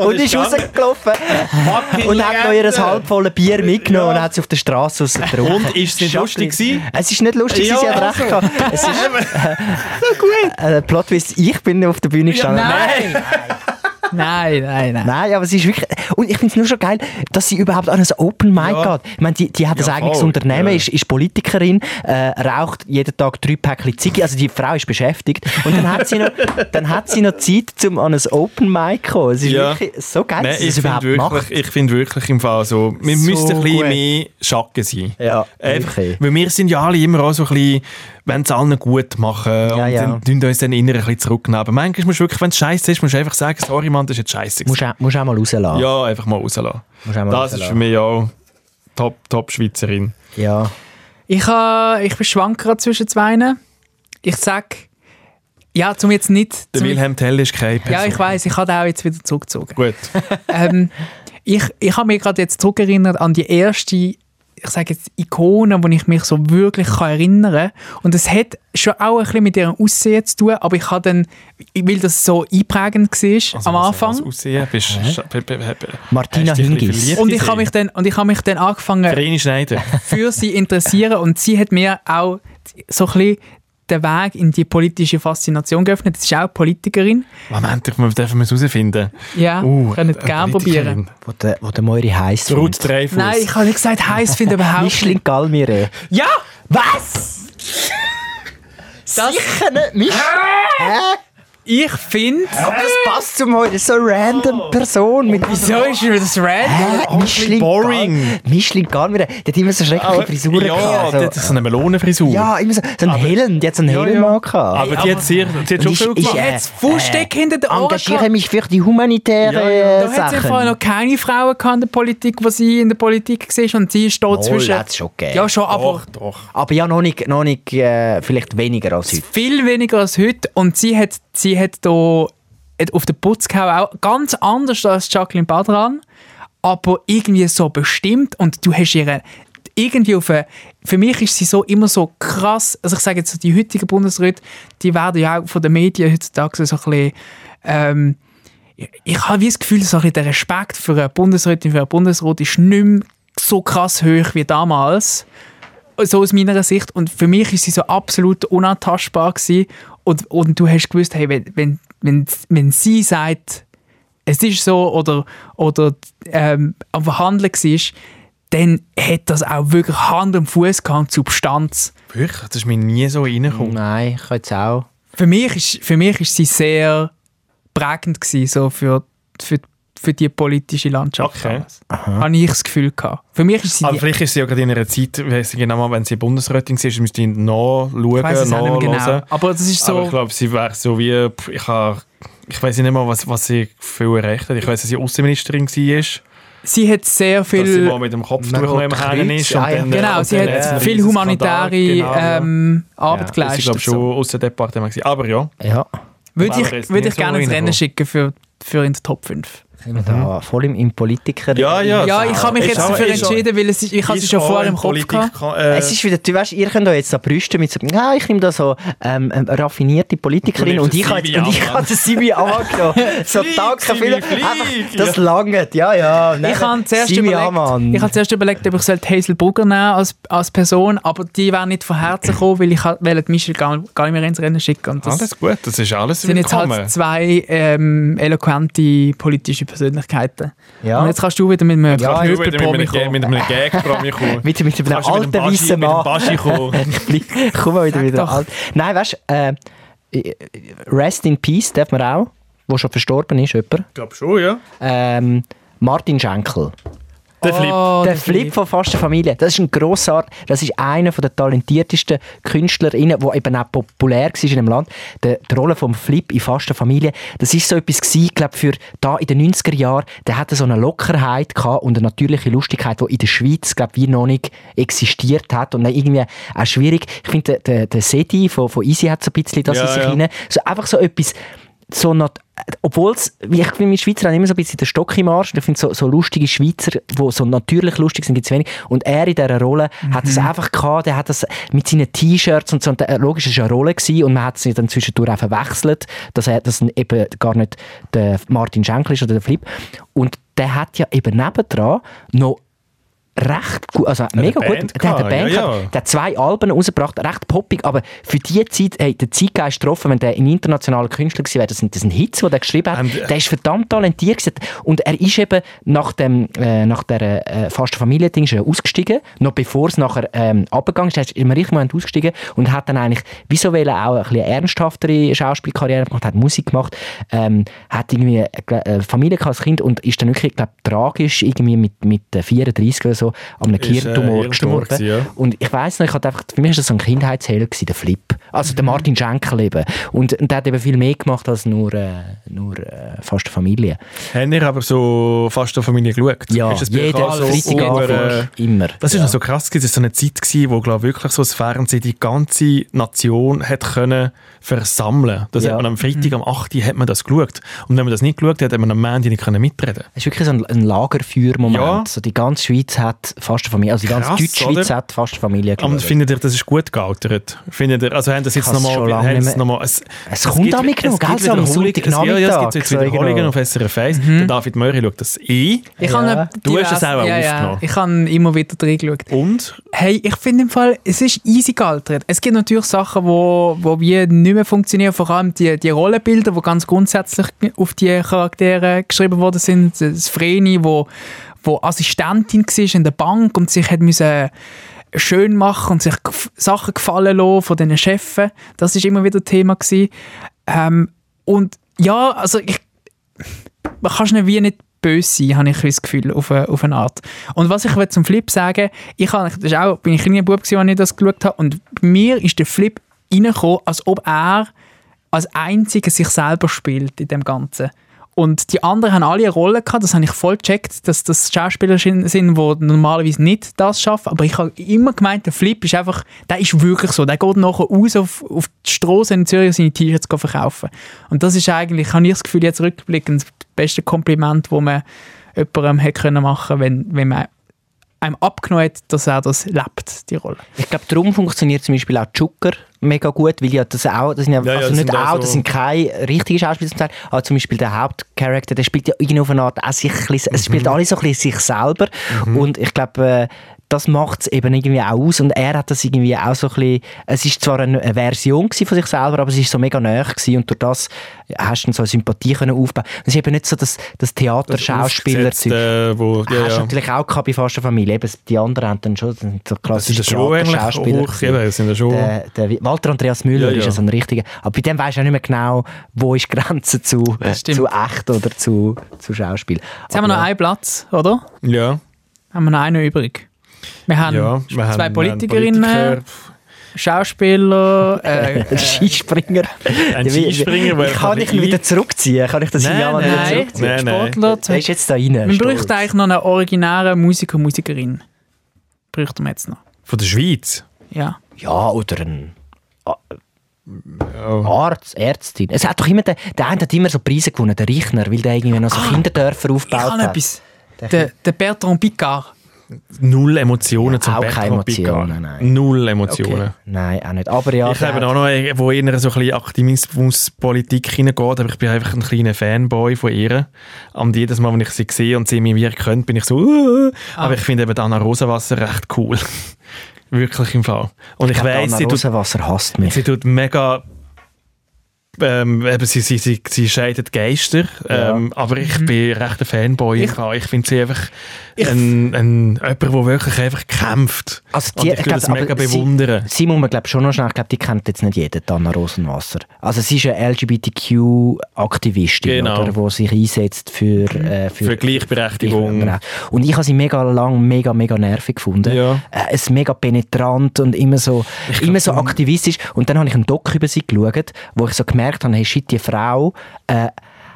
und, ist
ist gegangen.
rausgelaufen und hat noch ihr ein halbvolles Bier mitgenommen und hat sie auf der Straße rausgetrunken.
Und ist es nicht lustig gewesen?
Es ist nicht lustig,
Ja, also.
sie hat recht gehabt. Es ist, äh, Plot Twist, ich bin auf der Bühne gestanden.
nein. nein, nein, nein.
Nein, aber es ist wirklich. Und ich finde es nur schon geil, dass sie überhaupt an ein Open Mic
Ja.
geht. Ich meine, die, die hat
Ja,
ein eigenes
voll.
Unternehmen,
Ja.
ist, ist Politikerin, äh, raucht jeden Tag drei Päckchen Ziggy. Also die Frau ist beschäftigt. Und dann hat sie noch, dann hat sie noch Zeit, um an ein Open Mic zu kommen. Es ist
Ja.
wirklich so geil,
Nein,
dass sie
ich
es
finde
überhaupt
wirklich,
macht.
ich find wirklich im Fall so, wir
So
müssten ein bisschen
gut.
mehr Schacken sein.
Ja,
Einfach,
wirklich.
weil wir sind ja alle immer auch so ein bisschen, wenn es allen gut machen und
ja.
dann tun uns dann inneren ein bisschen zurücknehmen. Aber manchmal musst du wirklich, wenn es scheiße ist, musst du einfach sagen, sorry Mann, das ist jetzt scheiße.
Musst du auch- musst du auch mal rauslassen.
Ja, einfach mal rauslassen.
Musst auch mal
das ist
rauslassen.
für mich auch Top, Top Schweizerin.
Ja.
Ich, ha, ich bin schwanker zwischen zwei. Ich sage, ja, zum jetzt nicht.
Der
Zum
Wilhelm Tell ist keine Person.
ja, ich weiß, ich habe den auch jetzt wieder zurückgezogen.
Gut.
ähm, ich ich habe mich gerade jetzt zurückerinnert an die erste, ich sage jetzt Ikone, wo ich mich so wirklich kann erinnern Und es hat schon auch ein bisschen mit ihrem Aussehen zu tun, aber ich habe dann, weil das so einprägend war am
Also,
Anfang,
was aussehen, bist, sch- be- be- be-
Martina
hast dich ein bisschen
Hingis.
verliebt
und
in
ich
sie.
habe mich dann, und ich habe mich dann angefangen,
Verena Schneider.
für sie interessieren und sie hat mir auch so ein bisschen den Weg in die politische Faszination geöffnet. Sie ist auch Politikerin.
Moment, ich muss- dürfen wir es herausfinden.
Ja, Ah, können
eine
gerne
Politikerin.
probieren.
Wo der, wo der Moiri heisst.
Ruth Dreyfus.
Nein, ich habe nicht gesagt, heiß finde ich überhaupt
Mischling Galmire.
Ja!
Was?
Das,
Sicher nicht Mischling. Hä?
ich finde...
Aber das passt zu Moiri. So eine
Oh.
random Person mit
Wieso ist mir das random?
Hä? Mischling
Äh, boring.
Gal- Mischling Galmire. Der hat immer so
Aber-
schreckliche Frisuren
Ja,
gehabt.
also. das
Also,
ist so eine Melonenfrisur.
ja, immer so, so einen hellen. Die hat so einen
Ja,
hellen
ja.
Mann gehabt.
Aber die hat, sehr, die hat schon
Und ist-
viel
ist- äh,
gemacht.
Er hat das Fußsteck hinter den Ohren
Engagiere
gehabt.
mich für die humanitären
Ja, ja.
Da
ja.
hat es
Sachen.
vorher noch keine Frauen gehabt in der Politik, die sie in der Politik war und sie steht zwischen...
hat's schon gegeben.
Ja, schon, aber...
Doch, doch.
Aber ja, noch nicht, noch nicht äh, vielleicht weniger als heute.
viel weniger als heute und sie hat, sie hat da hat auf den Putz gehauen, auch ganz anders als Jacqueline Badran, aber irgendwie so bestimmt und du hast ihre irgendwie auf eine, für mich ist sie so immer so krass, also ich sage jetzt so, die heutigen Bundesräte, die werden ja auch von den Medien heutzutage so ein bisschen ähm, ich habe wie das Gefühl, so ein bisschen der Respekt für eine Bundesrätin, für einen Bundesrat ist nicht mehr so krass hoch wie damals. So aus meiner Sicht. Und für mich war sie so absolut unantastbar. Gewesen. Und, und du hast gewusst, hey, wenn, wenn, wenn, wenn sie sagt, es ist so oder, oder ähm, am Verhandeln war, dann hat das auch wirklich Hand und Fuß gehabt, und Substanz.
Wirklich, das ist mir nie so
Mhm.
reingekommen.
Nein, ich kann jetzt auch.
Für mich ist, für mich ist sie sehr prägend gewesen, so für, für, für die politische Landschaft.
Okay. Also,
damals. Habe ich das Gefühl gehabt. Für mich ist sie
Aber
die,
vielleicht ist sie ja gerade in einer Zeit, weiss ich genau, mal, wenn sie Bundesrätin war, müsste ich noch schauen,
ich weiß es auch nicht
noch
mehr genau.
hören.
Aber das ist
Aber ich
so.
glaube, sie wäre so wie, pff, ich, ha- ich weiß nicht mal, was, was sie viel erreicht hat. Ich weiß, dass sie Außenministerin war,
Sie hat sehr
dass sie
viel.
mal mit dem Kopf
Man
durch
geht
am Hängen
kreuz,
ist.
ja, ja.
dann, äh,
Genau,
und
sie
dann
hat
hat's einen
viel
riesen
humanitäre
Skandal, genau,
ähm,
ja.
Arbeit
Das ist, glaube
geleistet.
ich, schon
So.
Außendepartement. gewesen. Aber ja,
Ja.
Würde
Aber
ich,
er ist
würde
nicht
ich gerne
so
ins Rennen
reingekommen.
schicken für, für in den Top 5.
Sind wir da voll im, im Politiker.
Mhm. Ja, ja.
Ja, ich habe mich
ist
jetzt
auch-
dafür
ist auch-
entschieden, weil es, ist- ich hatte sie
Ist
schon
auch
vorher
ein
im Kopf.
Politik-
gehabt.
äh,
Es ist wieder, du weißt, ihr könnt euch jetzt da brüsten mit so, ja, ich nehme da so ähm, ähm, raffinierte Politikerin
Du
und
nimmst
ich
das Sibi
habe und ich
an,
habe das Simi angenommen. So
Flieg,
danke
Sibi,
viele.
flieg!
Einfach, Das langt, ja, ja. Nein,
Ich habe zuerst,
Sibi
überlegt,
Amann.
ich habe zuerst überlegt, ob ich sollte Hazel Brugger nehmen als, als Person, aber die wäre nicht von Herzen gekommen, weil ich ha- wollte Michel gar, gar nicht mehr ins Rennen schicken. Und das
alles gut, Ah, das ist alles
sind jetzt
willkommen.
halt zwei ähm, eloquente politische Persönlichkeiten.
Ja.
Und jetzt kannst du wieder mit einem
Ja, ich würde
Knöpelpromi
mit einem,
kommen.
mit einem Gag-Promi kommen.
Mit, mit einem
Kannst du
alten
mit einem Baschi-
weißen
Mit einem
Mann.
Baschi kommen.
Ich bleib- Komm mal wieder
Sag
wieder
doch.
alt. Nein, weißt du, äh, Rest in Peace darf man auch, wo schon verstorben ist, jemand.
Ich glaube schon, ja.
Ähm, Martin Schenkel.
Der Flip.
Oh,
der Flip von fast der Familie. Das ist ein grossart. Das ist einer von der talentiertesten KünstlerInnen, der eben auch populär war in dem Land. Der, die Rolle vom Flip in fast der Familie, das ist so etwas gewesen, ich glaube, für da in den 90er Jahren, der hatte so eine Lockerheit gehabt und eine natürliche Lustigkeit, die in der Schweiz, glaube wie noch nicht existiert hat und dann irgendwie auch schwierig. Ich finde, der, der, der Sedi von, von Easy hat so ein bisschen das
Ja,
in sich
ja.
hinein. So, einfach so etwas, so not, obwohl es, wie ich finde, wir Schweizer haben immer so ein bisschen den Stock im Arsch. Und ich finde, so, so lustige Schweizer, die so natürlich lustig sind, gibt es wenig. Und er in dieser Rolle hat es
Mhm.
einfach gehabt, der hat das mit seinen T-Shirts und so, und der, logisch, es war eine Rolle gewesen, und man hat sie dann zwischendurch auch verwechselt, dass er das eben gar nicht der Martin Schenkel ist oder der Flip. Und der hat ja eben nebendran noch recht gut, also mega
eine
gut.
Band
Der hat eine
gehabt,
Band
ja,
gehabt,
ja.
der hat zwei Alben rausgebracht, recht poppig, aber für die Zeit, hey, der Zeitgeist getroffen, wenn der ein internationaler Künstler gewesen wäre, das sind, das sind Hits, die der geschrieben hat.
Und, äh,
der ist verdammt talentiert gewesen. und er ist eben nach dem, äh, nach der äh, fast Familie Ding ausgestiegen, noch bevor es nachher ähm, abgegangen ist, er ist im richtigen Moment ausgestiegen und hat dann eigentlich, wieso will er auch ein bisschen eine ernsthaftere Schauspielkarriere gemacht, hat Musik gemacht, ähm, hat irgendwie äh, gl- äh, Familie gehabt als Kind und ist dann wirklich, glaube tragisch irgendwie mit, mit äh, 34 oder so an einem
Ist, äh,
Gehirntumor
Hirntumor
gestorben.
gewesen, ja.
Und ich weiss noch, ich hatte einfach, für mich war das so ein Kindheitsheld, gewesen, der Flip. Also
Mhm.
der Martin Schenkel eben. Und, und der hat eben viel mehr gemacht als nur, äh, nur äh, fast eine Familie.
Haben ihr aber so fast auf Familie geschaut?
Ja,
Ist das bei euch
jeder
auch so
Freitagabend,
über, äh,
immer.
Das ist
ja.
noch so krass, gewesen. das war so eine Zeit, gewesen, wo glaub, wirklich so das Fernsehen die ganze Nation hat können versammeln Das
Ja.
hat man am Freitag, am 8. Uhr hat man das geschaut. Und wenn man das nicht geschaut hat, hat man am Montag nicht können mitreden
Es ist wirklich so ein, ein Lagerfeuer-Moment.
Ja.
So die ganze Schweiz hat fast eine Familie, also die ganze
Krass,
Deutschschweiz
oder?
hat fast eine Familie.
Aber
geschaut.
findet ihr, das ist gut gealtert? Findet ihr, also haben das jetzt
Ich hab's schon
nochmal...
lange
haben
nicht
das
mehr-
nochmal- Es,
Es kommt
gibt-
auch nicht genug,
es
gell?
gibt
So am
Wiederholungen- es- Ja, ja,
Sonntagnachmittag,
es gibt
so
jetzt Wiederholungen
irgendwo.
auf SRF 1. Der David Möri schaut das ein.
Ich
Mhm. Ja.
habe
Du hast es
diverse-
auch
ja, ja,
aufgenommen.
Ich habe immer wieder reingeschaut.
Und?
Hey, ich finde im Fall, es ist easy gealtert. Es gibt natürlich Sachen, wo, wo wie nicht mehr funktionieren. Vor allem die, die Rollenbilder, die ganz grundsätzlich auf die Charaktere geschrieben worden sind. Das Vreni, wo, wo Assistentin war in der Bank und sich hat müssen schön machen und sich gef- Sachen gefallen lassen von diesen Chefen. Das ist immer wieder Thema. Gewesen. Ähm, und ja, also ich, man kann schnell wie nicht böse sein, habe ich das Gefühl, auf eine, auf eine Art. Und was ich will zum Flip sagen ich habe, das ist auch, bin ich ein kleiner Bub, gewesen, als ich das geschaut habe, und bei mir ist der Flip reingekommen, als ob er als einziger sich selber spielt in dem Ganzen. Und die anderen haben alle eine Rolle gehabt, das habe ich voll gecheckt, dass das Schauspieler sind, die normalerweise nicht das schaffen. Aber ich habe immer gemeint, der Flip ist einfach, der ist wirklich so. Der geht nachher aus auf, auf die Straße in Zürich seine T-Shirts zu verkaufen. Und das ist eigentlich, habe ich das Gefühl, jetzt rückblickend das beste Kompliment, das man jemandem hätte können machen können, wenn, wenn man einem abgenommen hat, dass er das lebt, die Rolle.
Ich glaube, darum funktioniert zum Beispiel auch Zucker mega gut, weil ja das auch, das sind ja,
Ja, ja,
also
das
nicht
sind auch
auch,
so-
das sind keine richtigen Schauspieler zum Teil, aber zum Beispiel der Hauptcharakter, der spielt ja irgendwie auf eine Art auch sich ein
Mhm.
bisschen, es spielt alle so ein bisschen sich selber und ich glaube, äh, das macht es eben irgendwie auch aus und er hat das irgendwie auch so ein bisschen, es ist zwar eine, eine Version gewesen von sich selber, aber es ist so mega nah gewesen und durch das hast du dann so eine Sympathie können aufbauen. Es ist eben nicht so das, das
Aufgesetzt,
Theater-Schauspieler-Zeug.
Äh, wo, ja,
hast du
ja.
natürlich auch gehabt bei fast einer Familie. Eben, die anderen haben dann schon das sind so
Das sind
klassische
ja schon eigentlich
Theaterschauspieler
hoch.
gewesen.
Eben, das sind ja schon...
Der, der Walter Andreas Müller
Ja, ja.
ist ja so ein richtiger. Aber bei dem weisst du ja nicht mehr genau, wo ist die Grenze zu,
stimmt.
zu echt oder zu, zu Schauspiel.
Jetzt haben wir noch einen Platz, oder?
Ja.
Haben wir noch einen übrig? Wir haben
ja, wir haben- wir
zwei
haben
Politikerinnen,
Politiker,
Schauspieler, äh,
Ein Skispringer.
Ein Skispringer,
Ich kann ich ihn wieder zurückziehen? Kann ich das
Nein,
Ja
nein,
wieder
nein,
zurück?
Nein, nein.
Sportler.
Er ist jetzt da rein.
Man
stolz.
bräuchte eigentlich noch einen originären Musiker, Musikerin. Bräuchten wir jetzt noch.
von der Schweiz.
Ja.
Ja, oder ein A- Arzt, Ärztin. Es hat doch immer, der, der eine hat immer so Preise gewonnen, der Reichner, weil der irgendwie noch so
Ah,
Kinderdörfer
Ich
aufgebaut
habe
hat.
etwas. Der, der Bertrand Picard.
Null Emotionen zum
Auch keine
Bertrand Piccard.
Emotionen, nein.
Null Emotionen.
Nein, auch nicht. Aber ja,
Ich
der
habe
hat-
auch noch, einen, wo eher so ein bisschen Aktivismuspolitik hineingeht, aber ich bin einfach ein kleiner Fanboy von ihr. Und jedes Mal, wenn ich sie sehe und sie mich wieder kennt, bin ich so, uh,
Ah.
aber ich finde eben die Anna Rosenwasser recht cool. Wirklich im Fall. Und ich,
Ich
weiss,
weiss,
sie tut,
Rosenwasser hasst mich.
sie tut mega, ähm, eben, sie, sie, sie, sie scheidet Geister, ähm, aber ich
Mhm.
bin recht ein Fanboy. Ich, ich finde sie einfach ein, ein, jemand, der wirklich einfach kämpft.
Also
und ich, ich das
aber
mega
sie-
bewundern.
Sie, muss man glaub, schon noch schnell, ich glaube, die kennt jetzt nicht jeder, die Anna Rosenwasser. Also sie ist eine LGBTQ-Aktivistin,
Genau.
oder, die sich einsetzt für... Äh, für,
für Gleichberechtigung.
Genau. Und ich habe sie mega lang mega, mega nervig gefunden.
Ja.
Äh, es mega penetrant und immer so, immer so aktivistisch. Und dann habe ich einen Doc über sie geschaut, wo ich so gemerkt habe, hey shit, die Frau äh,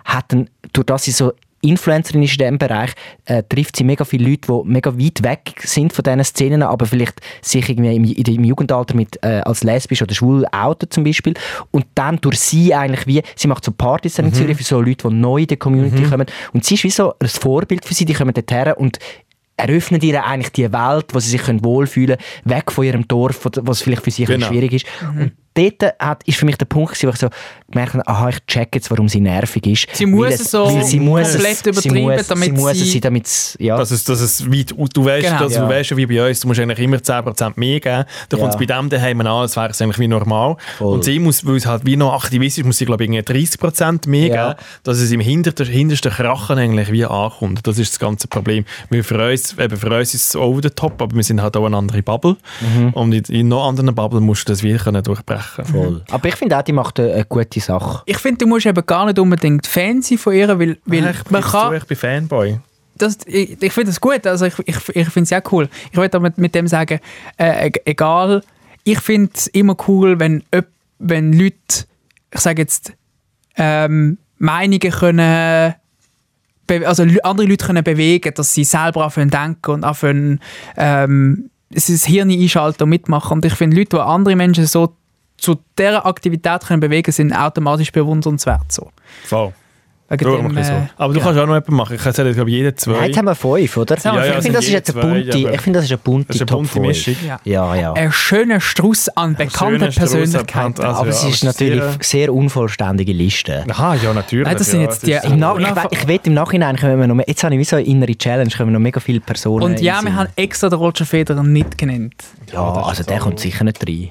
hat einen, durch das sie so Influencerin ist in diesem Bereich, äh, trifft sie mega viele Leute, die mega weit weg sind von diesen Szenen, aber vielleicht sich irgendwie im, in- im Jugendalter mit, äh, als lesbisch oder schwul outen zum Beispiel. Und dann durch sie eigentlich wie, sie macht so Partys dann in Zürich für so Leute, die neu in die Community kommen. Und sie ist wie so ein Vorbild für sie, die kommen dort her und eröffnet ihr eigentlich die Welt, wo sie sich können wohlfühlen können, weg von ihrem Dorf, wo- wo es vielleicht für sie ein bisschen
Genau.
Mhm.
schwierig ist. Und dort hat, ist für mich der Punkt, gewesen, wo ich so gemerkt habe, aha, ich check jetzt, warum sie nervig ist.
Sie muss
Weil
es so
weil
komplett
sie
übertreiben,
muss, sie...
damit
Muss
sie-
es sein, damit es, ja.
Dass es, dass es weit, du weißt,
Genau.
dass
Ja.
du weißt, wie bei uns, du musst eigentlich immer 10% mehr geben. Dann kommt es bei dem daheim an, als wäre es eigentlich wie normal.
Voll.
Und sie muss, weil es halt wie noch aktivistisch ist, muss sie, glaube ich, irgendwie 30% mehr
Ja.
geben, dass es im hintersten, hintersten Krachen eigentlich wie ankommt. Das ist das ganze Problem. Weil für uns, eben für uns ist es over the top, aber wir sind halt auch eine andere Bubble. Und in, in noch anderen Bubble musst du das wie können durchbrechen.
Voll. Aber ich finde auch, die macht eine, eine gute Sache.
Ich finde, du musst eben gar nicht unbedingt Fan sein von ihr, weil, weil
ich,
man
bin zu,
kann...
ich bin Fanboy.
das, ich, ich finde das gut, also ich, ich, ich finde es auch cool. Ich würde damit mit dem sagen, äh, e- egal, ich finde es immer cool, wenn, öp- wenn Leute, ich sage jetzt, ähm, Meinungen können, be- also Lü- andere Leute können bewegen, dass sie selber anfangen zu denken und anfangen, ähm, sein Hirn einschalten und mitmachen. Und ich finde, Leute, die andere Menschen so zu dieser Aktivität können bewegen sind automatisch bewundernswert. So.
Voll.
Wegen
Darum ein
dem,
bisschen
äh,
so. Aber du
ja.
kannst auch noch etwas machen. Ich kann sagen, ich glaube, jeder zwei.
Nein, jetzt haben wir fünf, oder?
haben wir Ja, ja, fünf.
ich finde, das ist jetzt
es
eine
sind je
bunte,
zwei, aber-
ich finde, das ist eine bunte
Das ist eine
Top
bunte
fünf.
Mischung.
Ja.
Ja, ja.
ein schöner Struss an bekannten
schöner Strauss an
Persönlichkeiten.
bekannten- also
aber es
ja,
ist
aber es ist
natürlich
sehr-
sehr unvollständige Liste.
Aha, ja, natürlich.
Nein, das sind
ja,
jetzt
es ist
die-
so.
Im Nach-
Ja.
Ähm, ich, we- ich will im Nachhinein können wir noch mehr, jetzt habe ich wie so eine innere Challenge, können wir noch mega viele Personen
Und ja, wir
einsingen.
haben extra den Roger Federer nicht genannt.
Ja, also der kommt sicher nicht rein.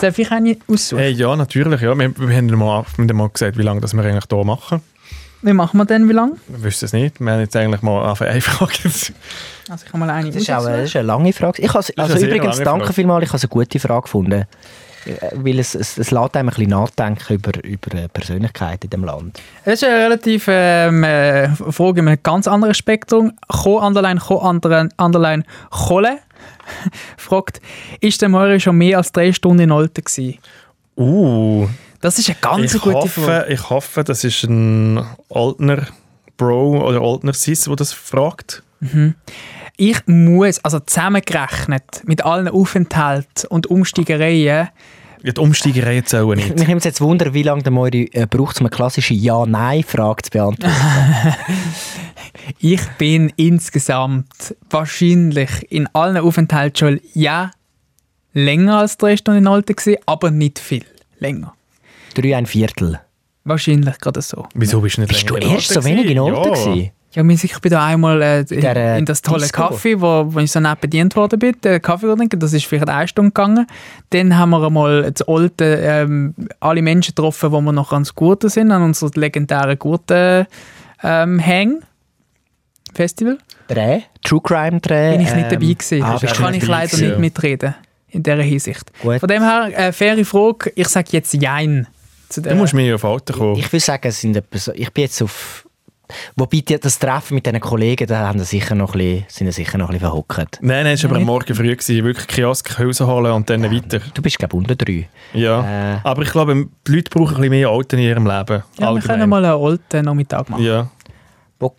Darf ich eine aussuchen?
Hey, ja, natürlich. Ja. Wir, wir haben ja mal, wir haben mal gesagt, wie lange das wir eigentlich hier machen.
Wie machen wir denn, wie lange?
Wir wissen es nicht. Wir haben jetzt eigentlich mal einfach eine Frage.
Also ich kann mal eine
Das ist, auch,
aussuchen.
das ist eine lange Frage. Ich has,
eine
also
sehr
übrigens,
lange
danke
Frage.
vielmals, ich habe eine gute Frage gefunden. Äh, Weil es, es, es lässt einem ein bisschen nachdenken über, über äh, Persönlichkeiten in diesem Land.
Es ist eine relativ ähm, äh, Frage mit einem ganz anderen Spektrum. Co Underline, Co Underline, Underline, Chole fragt, ist der Moira schon mehr als drei Stunden in Olten gewesen?
Uh,
Das ist eine ganz
ich,
gute Frage.
hoffe, ich hoffe, das ist ein Altner Bro oder Altner Sis, der das fragt.
Ich muss, also zusammengerechnet mit allen Aufenthalten und Umsteigereien,
Ja, Die Umsteigerei zählen nicht.
Mich nimmt es jetzt Wunder, wie lange der Moiri äh, braucht, um eine klassische Ja-Nein-Frage zu beantworten.
Ich bin insgesamt wahrscheinlich in allen Aufenthalten schon ja länger als drei Stunden in Alter gewesen, aber nicht viel länger.
Drei, ein Viertel.
Wahrscheinlich gerade so.
Wieso bist du nicht
Bist du
länger in
erst
Alten
so wenig in
gewesen?
Olten?
Ja.
gewesen?
Ja, mir sicher, ich bin da einmal äh, in,
Der, äh,
in das tolle
Disco.
Kaffee, wo, wo ich so nett bedient worden bin, den Kaffee getrunken, das ist vielleicht eine Stunde gegangen. Dann haben wir einmal zu Olten ähm, alle Menschen getroffen, die wir noch ans Gurten sind, an unserem legendären ähm, Gurten-Hang. Festival.
Dreh? True Crime Dreh?
bin ich nicht dabei gewesen.
Äh, Ah,
da
bist du
kann
nicht
ich
dabei
leider
gewesen.
nicht mitreden in dieser Hinsicht.
Gut.
Von dem her, äh, faire Frage, ich sage jetzt Jein. Zu der
Du musst mir ja auf Alten kommen.
Ich würde sagen, es sind etwa so, ich bin jetzt auf... Wobei die, das Treffen mit diesen Kollegen, da haben sie sicher noch ein bisschen, sind sie sicher noch ein bisschen verhockt.
Nein, nein, es war aber am Morgen früh. Gewesen. Wirklich Kiosk, Hülsen holen und dann weiter.
Du bist, glaube ich, unter drei.
Ja.
Äh.
Aber ich glaube, die Leute brauchen ein bisschen mehr Alten in ihrem Leben.
ja, wir können mal einen alten Nachmittag machen.
Ja.
Bo-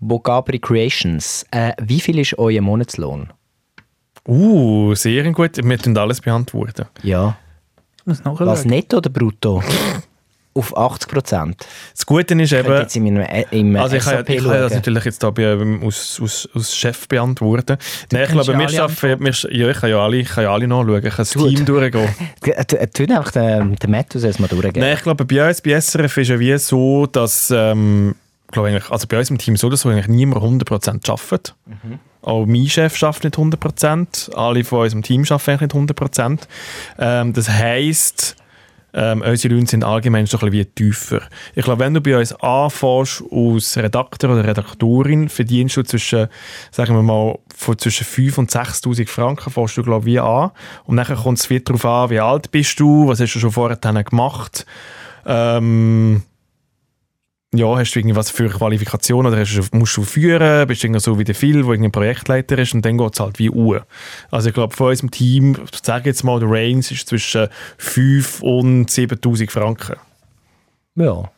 Bogabri Creations, äh, wie viel ist euer Monatslohn?
Uh, sehr gut. Wir tun alles beantworten.
Ja.
Ich muss nachschauen.
Was, netto oder brutto? Auf 80 Prozent.
Das Gute ist
Ich könnte
eben,
jetzt in meinem äh, im
also ich kann,
SAP
ich kann
schauen.
das natürlich jetzt da bei, ähm, aus, aus, aus Chef beantworten. Nein, ich
kennst
glaube,
ja
wir
alle
schaffen, wir, sch- ja, ich kann ja alle, ich kann ja alle nachschauen, ich kann das
Gut.
Team durchgehen.
Äh, t- äh, Tu einfach den, den Matthews erstmal durchgehen.
Nein, ich glaube, bei uns, bei SRF ist ja wie so, dass, ähm, ich glaube eigentlich, also bei uns im Team so, dass eigentlich niemand 100% arbeitet. Auch mein Chef arbeitet nicht 100%, alle von unserem Team arbeiten eigentlich nicht 100%. Ähm, das heisst, ähm, unsere Löhne sind allgemein so ein bisschen wie tiefer. Ich glaube, wenn du bei uns anfängst als Redakteur oder Redaktorin, verdienst du zwischen, sagen wir mal, von zwischen 5.000 und 6'000 Franken fängst du, glaube ich, wie an. Und dann kommt es wieder darauf an, wie alt bist du, was hast du schon vorher dann gemacht. Ähm, ja, hast du irgendwas für Qualifikationen oder hast du, musst du führen, bist du irgendwie so wie der Phil, der irgendein Projektleiter ist und dann geht es halt wie uhr. Also ich glaube, von unserem Team, ich sage jetzt mal, der Range ist zwischen 5 und 7'000 Franken.
Ja.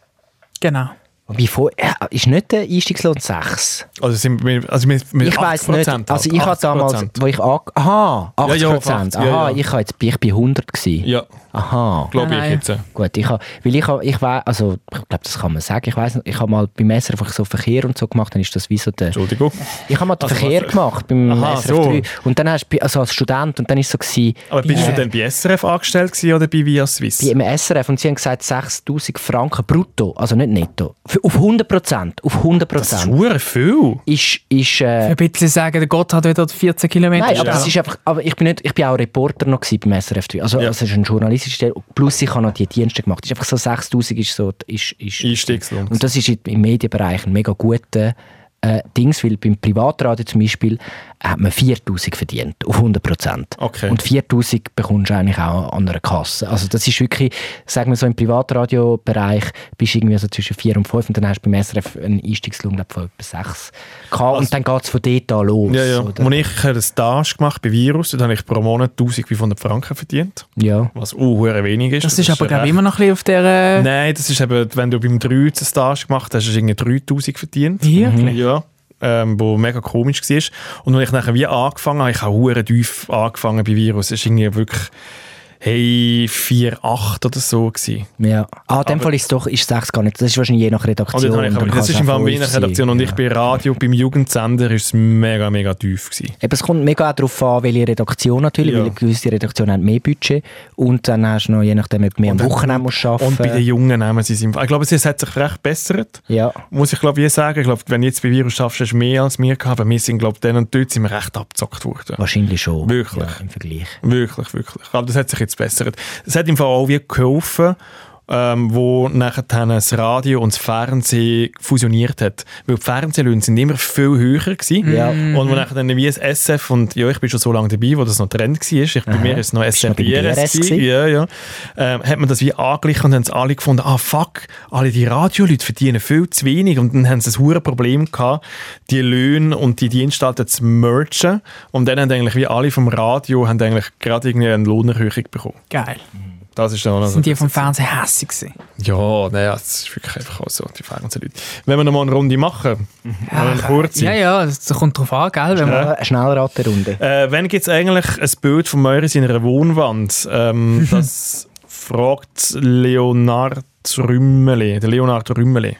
Genau.
Bevor, äh, ist nicht der Einstiegslohn 6?
Also sind halt. wir, also mit, mit
Ich weiß nicht.
80%
Also ich habe
80%.
damals, wo ich an, aha, 80
Ja, ja, auf
80,
80, ja,
aha,
ja.
ich habe jetzt, ich bin 100 gewesen.
Ja,
Aha.
glaube ich
Nein.
jetzt. äh.
Gut, ich habe, weil ich habe, ich weiß, also ich glaube, das kann man sagen. Ich weiß, ich habe mal beim SRF, wo ich so Verkehr und so gemacht, dann ist das wie so der,
Entschuldigung.
ich habe mal den
Also
Verkehr
was-
gemacht beim
Aha,
SRF
so.
3 und dann hast du, also als Student und dann ist so gewesen,
Aber bist
Yeah.
du dann bei SRF angestellt gewesen oder bei Via Swiss?
bei im SRF und sie haben gesagt 6000 Franken brutto, also nicht netto, Für, auf 100 Prozent, auf 100
das ist
Prozent
verdammt viel.
ist, ist äh,
Ein bisschen sagen, der Gott hat wieder 14 Kilometer.
Nein, aber
Ja.
das ist einfach, aber ich bin nicht, ich bin auch Reporter noch gewesen beim SRF 3. Also,
Ja.
also es ist ein journalistische Stelle. Plus ich habe noch die Dienste gemacht. Es ist einfach so 6000 ist so ist, ist
Einstiegslohn.
und das ist im- im Medienbereich ein mega guter äh, Dings, weil beim Privatradio zum Beispiel hat man 4000 verdient auf 100 Prozent.
Okay.
Und 4000 bekommst du eigentlich auch an einer Kasse. Also das ist wirklich, sagen wir so im Privatradiobereich bist du irgendwie so zwischen 4 und 5 und dann hast du beim SRF einen Einstiegslohn glaub, von etwa 6 und dann geht es von dort an los.
Also Ja, ja.
oder?
Als ich einen Stage gemacht bei Virus, dann habe ich pro Monat 1500 Franken verdient,
Ja.
was auch verdammt wenig ist.
das, ist aber, glaube
recht-
ich, immer noch ein bisschen auf der. äh,
Nein, das ist eben, wenn du beim 3 einen Stage gemacht hast, hast du irgendwie 3000 verdient. Mhm.
Wirklich?
Ja. Ähm, wo mega komisch war. Und als ich nachher wie angefangen habe, ich habe hure tief angefangen bei Virus. Es war irgendwie wirklich, hey, 4,8 oder so. Gewesen.
ja. Ah, in dem Fall ist es doch ist 6 gar nicht. Das ist wahrscheinlich je nach
Und
Redaktion.
Oh, Also dann habe ich,
dann
aber,
kann
das
es
ist
auch
im Fall
fünf
meine
sein.
Redaktion. Und
Ja.
ich bei Radio, beim Jugendsender, war es mega, mega tief. Gewesen.
Eben, es kommt mega auch darauf an, welche Redaktion natürlich,
Ja.
weil gewisse Redaktionen haben mehr Budget und dann hast du noch, je nachdem, ob du mehr am
Und-
Wochenende musst arbeiten
Und bei den Jungen nehmen sie es im Fall. Ich glaube, es hat sich recht bessert.
Ja.
Muss ich glaube ich sagen. Ich glaube, wenn du jetzt bei Virus schaffst, hast du mehr als wir gehabt. Aber wir sind, glaube ich, dann und dort sind wir recht abgezockt worden.
Wahrscheinlich schon.
Wirklich?
Ja, Im Vergleich.
Wirklich, wirklich. Aber das hat sich jetzt bessert. Es hat im Fall auch wie geholfen, ähm, wo nachher dann das Radio und das Fernsehen fusioniert hat. Weil die Fernsehlöhne sind immer viel höher gewesen.
Ja.
Und wo nachher dann wie das SF und ja, ich bin schon so lange dabei, wo das noch Trend war. Ich, bei mir ist es noch
noch
SF
bei DRS
DRS gewesen.
gewesen?
ja, ja. Ähm, hat man das wie angeglichen und haben es alle gefunden, ah fuck, alle die Radioleute verdienen viel zu wenig und dann haben sie ein hohes Problem gehabt, die Löhne und die Dienstalten zu mergen und dann haben eigentlich wie alle vom Radio haben eigentlich gerade irgendwie eine Lohnerhöhung bekommen.
Geil.
Das ist dann auch noch so.
Sind die vom Fernsehen hässig gewesen?
Ja, naja, das ist wirklich einfach auch so, die Fernsehleute. Wenn wir nochmal eine Runde machen, mal eine kurze.
Mhm. Ah, Ja, ja, das das kommt drauf an, gell? Wenn man,
Äh, Schnellraterunde.
Äh, wenn gibt es eigentlich ein Bild von Meurer in einer Wohnwand? Ähm, das fragt Leonard Rümmeli. Der Leonard Rümmeli.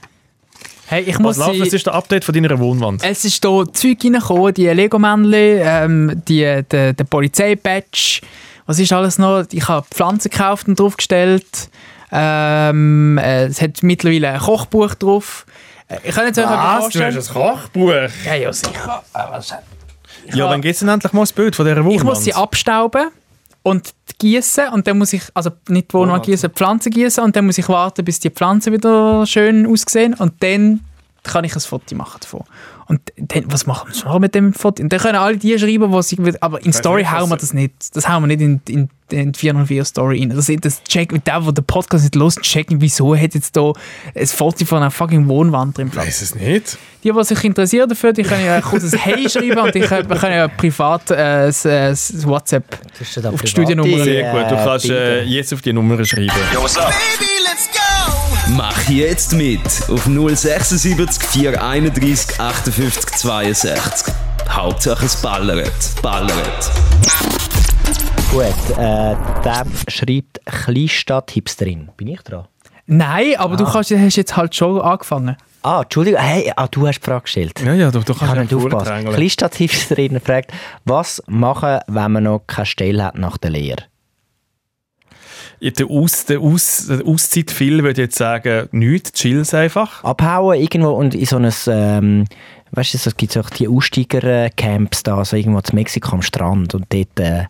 hey, ich muss
Was läuft? Was
sie,
ist der Update von deiner Wohnwand?
Es ist hier Zeug reingekommen, die Lego-Männchen, ähm, die, der, der Polizeibatch. Was ist alles noch? Ich habe Pflanzen gekauft und draufgestellt. Ähm, äh, es hat mittlerweile ein Kochbuch drauf. Äh, Ich kann jetzt euch etwas vorstellen.
Kochbuch?
Ja, ja, sicher. Äh, was- Ich
Ja,
habe-
wann gibt es denn endlich mal ein Bild von dieser Wohnwand?
ich muss sie abstauben und gießen und dann muss ich, also nicht die Wohnung gießen, die Pflanzen gießen und dann muss ich warten, bis die Pflanzen wieder schön aussehen und dann kann ich ein Foto machen davon. Und dann, was machen wir mit dem Foto? Und dann können alle die schreiben, was ich will, aber in
weiss
Story
nicht,
hauen wir
was-
das nicht. Das hauen wir nicht in, in, in die 404 Story rein. Das, das checken, der, der den Podcast nicht los checken, wieso hat jetzt da ein Foto von einer fucking Wohnwand drin Platz?
Weiß es nicht.
Die, die sich interessieren dafür, die können ja ein kurzes Hey schreiben und die können, wir können ja privat äh, s- äh, s- WhatsApp. Auf die Studiennummer.
Sehr gut. Du kannst äh, jetzt auf die Nummer schreiben.
Mach jetzt mit auf 076 431 58 62. Hauptsache es ballert, ballert.
Gut, äh, der schreibt Kleinstadt-Hipsterin. Bin ich dran?
Nein, aber du kannst, hast jetzt halt schon angefangen.
Ah, Entschuldigung, hey, ah, du hast die Frage gestellt.
Ja, ja, du, du
Ich
kannst
habe nicht aufgepasst.
vordrängeln.
Kleinstadt-Hipsterin fragt, was machen, wenn man noch keine Stelle hat nach der Lehre?
Ja, Der, Aus, der, Aus, der Auszeit viel würde ich jetzt sagen, nichts, chill's einfach.
abhauen irgendwo und in so ein, ähm, weißt du, so- es gibt so die Aussteiger-Camps da, so irgendwo zu Mexiko am Strand und dort äh,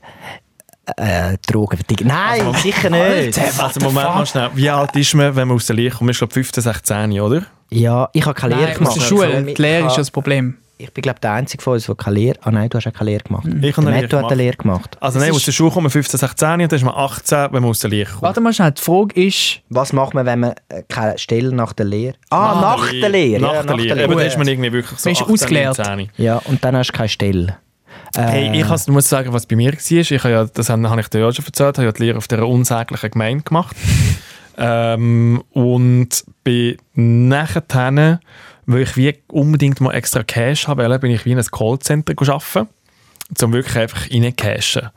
äh, Drogen verdienen. Nein, sicher nicht.
Also Moment mal schnell, wie alt ist man, wenn man aus der Lehre kommt? Man ist glaube 15, 16, oder?
Ja, ich habe keine Lehre
Nein, aus
gemacht.
der Schule.
Also,
Die Lehre ist
ich
ja das Problem.
hab- Ich bin glaube der Einzige von uns, der keine Lehre... Ah nein, du hast auch keine Lehre gemacht.
Mhm.
Ich habe
Der
eine
Matthew hat
Lehre
eine Lehre gemacht.
Also nein, aus der Schule kommt man 15, 16 und dann ist man 18, wenn man aus der Lehre kommt.
Warte mal schnell, die Frage ist,
Was macht man, wenn man äh, keine Stelle nach der Lehre... Ah, nach, der Lehre.
Nach
ja,
der Lehre. Eben, dann ist man irgendwie wirklich so
Man ist
18,
ausgelernt. Äh.
19.
Ja, und dann hast du keine Stelle.
Hey, ich has- muss sagen, was bei mir war. Ich habe ja, das habe, habe ich dir ja schon erzählt, habe ja die Lehre auf dieser unsäglichen Gemeinde gemacht. Ähm, und bin nachher, weil ich wie unbedingt mal extra Cash haben wollte, bin ich wie in ein Callcenter arbeiten um wirklich einfach reinzucashen.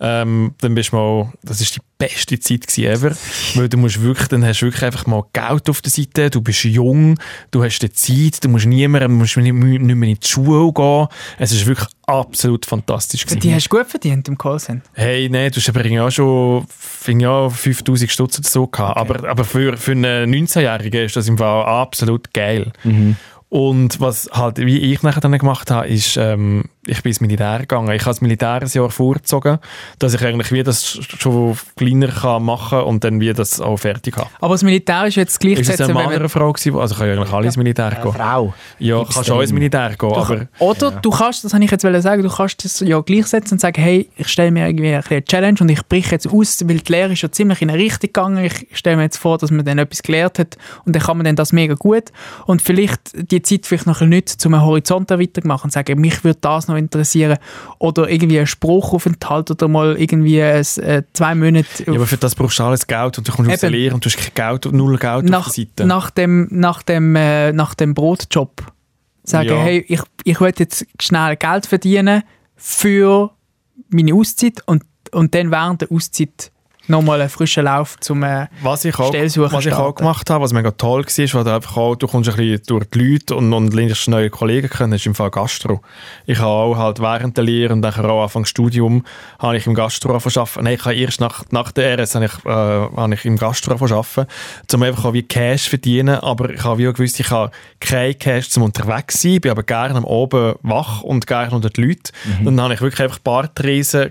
Ähm, dann bist du mal, das ist die beste Zeit gewesen ever, weil du musst wirklich, dann hast du wirklich einfach mal Geld auf der Seite, du bist jung, du hast die Zeit, du musst niemandem, musst nicht, nicht mehr in die Schule gehen. Es ist wirklich absolut fantastisch
Also, die hast du gut verdient im Callcenter.
Hey, nein, du hast aber irgendwie auch schon finde ich auch 5000 Stutz oder so gehabt. Aber, aber für, für einen 19-Jährigen ist das im Fall absolut geil.
Mhm.
Und was halt, wie ich nachher dann gemacht habe, ist, ähm, ich bin ins Militär gegangen. Ich habe das Militär ein Jahr vorgezogen, dass ich eigentlich wie das schon kleiner kann machen kann und dann wie das auch fertig habe.
Aber das Militär ist jetzt
Ist es
gleichsetzlich.
eine andere Frau gewesen? Also kann ich eigentlich alle ins Militär gehen.
Frau.
Ja,
Gibt's
kannst auch ins
denn-
Militär gehen, aber...
Oder du kannst, das habe ich jetzt wollen sagen, du kannst das ja gleichsetzen und sagen, hey, ich stelle mir irgendwie ein bisschen eine Challenge und ich brich jetzt aus, weil die Lehre ist ja ziemlich in eine Richtung gegangen. Ich stelle mir jetzt vor, dass man dann etwas gelernt hat und dann kann man dann das mega gut und vielleicht die Zeit vielleicht noch ein bisschen nützen, um einen Horizont erweitern zu machen und sagen, mich würde das noch interessieren oder irgendwie einen Spruchaufenthalt oder mal irgendwie ein, äh, zwei Monate
Ja, aber für das brauchst du alles Geld und du kommst aus der
Eben.
Lehre und du hast kein Geld, null Geld auf
nach,
der Seite.
nach dem, nach dem, äh, nach dem Brotjob sagen,
Ja.
hey, ich, ich will jetzt schnell Geld verdienen für meine Auszeit und, und dann während der Auszeit nochmal einen frischen Lauf zum äh,
Was ich auch,
Stellsuche
was ich auch
starten.
gemacht habe, was mega toll war, weil du einfach auch, du kommst ein bisschen durch die Leute und, und lernst neue Kollegen kennen, ist im Fall Gastro. Ich habe auch halt während der Lehre und nachher auch Anfang Studium habe ich im Gastro verschaffen. Nein, ich habe erst nach, nach der RS habe ich, äh, habe ich im Gastro verschaffen, um einfach auch wie Cash verdienen, aber ich habe wie auch gewusst, ich habe kein Cash zum unterwegs sein, bin aber gerne am Oben wach und gerne unter die Leute. Und dann habe ich wirklich einfach Bartreisen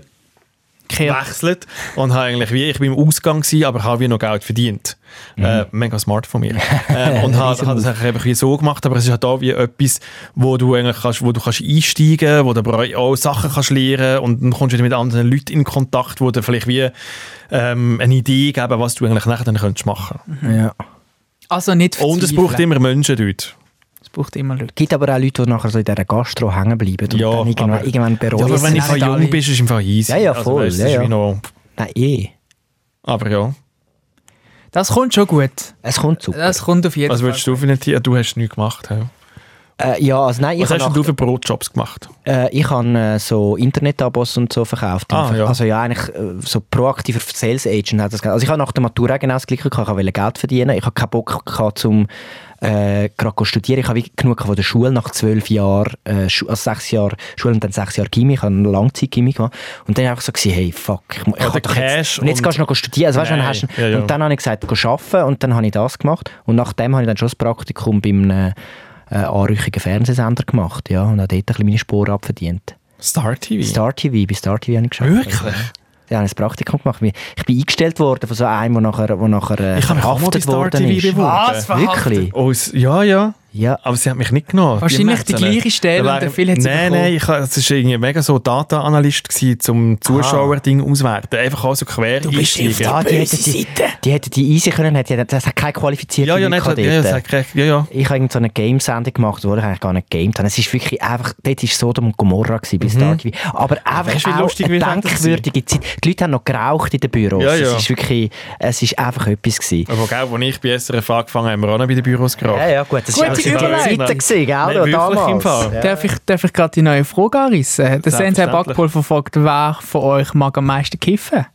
Kehr.
gewechselt und habe eigentlich wie ich bin im Ausgang gsi, aber habe wie noch Geld verdient. Äh, mega smart von mir. ähm, und habe hab das eigentlich einfach wie so gemacht, aber es ist halt auch wie etwas, wo du eigentlich kannst, wo du kannst einsteigen, wo du aber auch Sachen kannst lernen und dann kommst du wieder mit anderen Leuten in Kontakt, wo dir vielleicht wie ähm, eine Idee geben, was du eigentlich nachher dann könntest machen.
Ja.
Also nicht
Und es
verzweifeln.
braucht immer Menschen dort.
es braucht immer Leute.
gibt aber auch Leute, die nachher so in dieser Gastro hängen bleiben und
Ja,
dann irgendwann,
aber-
irgendwann bereuen.
Ja, aber wenn
sind
du
nicht
jung
alle.
bist, ist es im Fall easy. Also,
Ja, ja, voll,
weißt, es
ja,
ist
ja.
wie noch,
Nein, eh.
aber ja.
Das kommt schon gut.
Es kommt zu.
Das kommt auf jeden
Was
Fall.
Also, würdest du für eine Tier? Du hast nichts gemacht. hä?
Äh, ja, also nein, ich
Was
habe
hast denn
nach-
du für Brotjobs gemacht?
Äh, ich habe äh, so Internetabos und so verkauft.
Ah, ja.
Also ja, eigentlich äh, so proaktiver Sales Agent hat das gemacht. Also ich habe nach der Matura genau das Gleiche gehabt. Ich wollte Geld verdienen. Ich habe keinen Bock gehabt, zum äh, gerade zu studieren. Ich habe wie genug von der Schule nach zwölf Jahren, äh, Schu- also sechs Jahre Schule und dann sechs Jahre Chemie. Ich habe eine Langzeit-Chemie gemacht. Und dann einfach so gewesen, hey, fuck, ich, mu- ich
Oder
kann doch jetzt,
Cash
und jetzt
und-
gehst du noch studieren. Also, weißt, du, dann
Nein.
hast, du-
Ja, ja.
Und dann habe ich gesagt, ich arbeiten und dann habe ich das gemacht. Und nachdem habe ich dann schon das Praktikum bei einem äh, anrüchigen Fernsehsender gemacht. Ja, und habe dort ein bisschen meine Sporen abverdient.
Star TV?
Star TV, bei Star TV habe ich geschafft.
Wirklich?
Ja, habe ich das Praktikum gemacht. Ich bin eingestellt worden von so einem, der nachher, der nachher äh,
Ich habe mich auch mal bei
verhaftet
Star
worden
TV
ist.
beworben.
Wirklich?
Oh, es- ja, ja.
Ja.
Aber sie hat mich nicht genommen.
Wahrscheinlich die
Märzene.
gleiche Stelle
Da
und der
wär-
Phil hat sie
Nein,
bekommen.
nein, ich, ha- es war irgendwie mega so Data-Analyst gewesen, zum Zuschauerding auswerten. Einfach auch so quer du
Ja, die hätten die, die, hätten die easy können, hätten- die- das hat keine qualifizierte
Ja, ja,
Leute
nein,
gehabt
das- ja,
dort.
das hat recht. ja, ja.
Ich habe irgend so eine Game-Sendung gemacht, wo ich eigentlich gar nicht gegamed habe. Es ist wirklich einfach, dort war Sodom und Gomorra gewesen, bei Star TV. Aber einfach
Mhm. Weißt du, wie
auch
lustig
eine
wir fanden sie?
denkwürdige Zeit. Die Leute haben noch geraucht in den Büros.
Ja, ja.
Es ist wirklich, es ist einfach etwas gewesen.
Aber gell, als ich bei SRF angefangen habe, haben wir auch noch bei den Büros geraucht.
Ja, ja, gut, das
Gute
war einfach die Zeiten
Überleitung.
gewesen, gell,
Nein,
oder?
wirklich
damals.
im Fall.
Ja.
Darf ich, darf ich gerade die neue Frage anreissen? Der Sensei
Selbstverständlich.
Backpol verfolgt, wer von euch mag am meisten kiffen?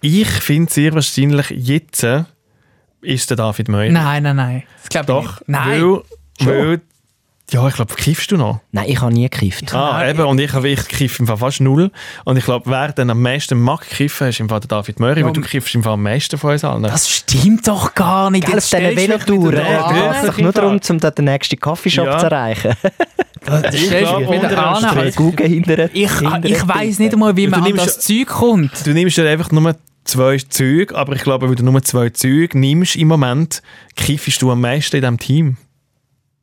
Ich finde sehr wahrscheinlich, jetzt äh, ist der David Meurer.
Nein, nein, nein. Das glaube ich
Doch,
nicht. Nein.
Weil, weil, ja, ich glaube, kiffst du noch?
Nein, ich habe nie gekifft.
Ah,
Nein.
eben, und ich, ich kiffe im Fall fast null. Und ich glaube, wer dann am meisten mag kiffen, ist im Fall der David Möri, weil du kiffst im Fall am meisten von uns allen.
Das stimmt doch gar nicht.
Gell, auf
Jetzt
diesen
stellst du mich
Velotouren.
wieder
Ja,
Ah, Es
an.
wirklich
geht doch nur
im Fall.
darum, um da den nächsten Coffeeshop
Ja.
zu erreichen.
ich
stellst du
glaub,
mich wieder
unter
an.
anderem-
Strich Google hinter
Ich, ah, ich weiss nicht einmal, wie
Du
man an
nimmst-
das Zeug kommt.
Du nimmst dir einfach nur zwei Züge, aber ich glaube, weil du nur zwei Züge nimmst im Moment, kiffst du am meisten in diesem Team.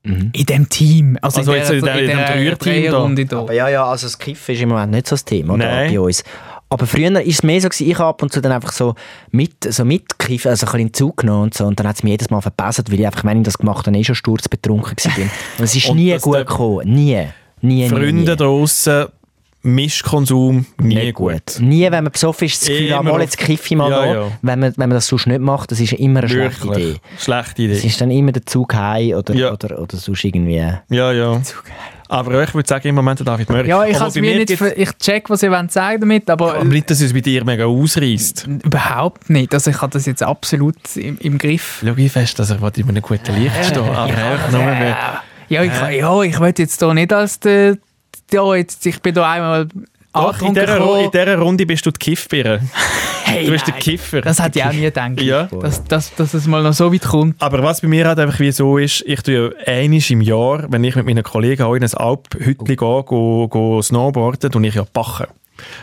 In dem Team. Also,
Also
in
jetzt
der,
in der- in dem Dreierteam da.
Dreierrunde da.
Aber ja, ja, also das Kiffen ist im Moment nicht so das Thema da
Nein.
bei uns. Aber früher war es mehr so, gewesen, ich habe ab und zu dann einfach so mit, so mitkiffen, also ein bisschen zugenommen und so. Und dann hat es mich jedes Mal verbessert, weil ich einfach, wenn ich das gemacht habe, eh schon sturzbetrunken war. Und es ist
Und
nie
dass
gut
der-
gekommen. Nie. Nie, nie,
Freunde
nie.
draussen, Mischkonsum nie gut.
Nie, wenn man besoffen ist, das Gefühl,
Immer
ah, mal
auf-
jetzt kiffe ich mal
Ja,
noch.
ja.
Wenn, man, wenn man das sonst nicht macht, das ist immer eine schlechte
Wirklich.
Idee.
Schlechte
Es
Idee.
ist dann immer der Zug heim oder,
Ja.
oder, oder sonst irgendwie.
Ja, ja. Aber ich würde sagen, im Moment der David Murray.
Ja, ich,
Obwohl
kann's
bei
mir nicht,
gibt's-
ver- ich check, was ihr wollt sagen damit, aber
Aber nicht, dass es bei dir mega ausreißt.
überhaupt nicht. Also ich habe das jetzt absolut im, im Griff.
Schau ich fest, dass ich in einem guten Licht stehe. Aber einfach nur mehr.
Äh, Ja, ich,
Äh.
ja, ich will jetzt hier nicht als der... Ja, jetzt, ich bin da einmal
Doch, Ah, in
angetrunken
dieser, Ru-
gekommen.
in dieser Runde bist du die Kiffbirne.
Hey,
Du bist der
nein.
Kiffer.
Das hätte ich auch nie gedacht,
Ja.
dass, dass, dass es mal noch so weit kommt.
Aber was bei mir halt einfach wie so ist, ich tue ja einisch im Jahr, wenn ich mit meinen Kollegen auch in ein Alphütli gehe, go, go snowboarden, tue ich ja backen.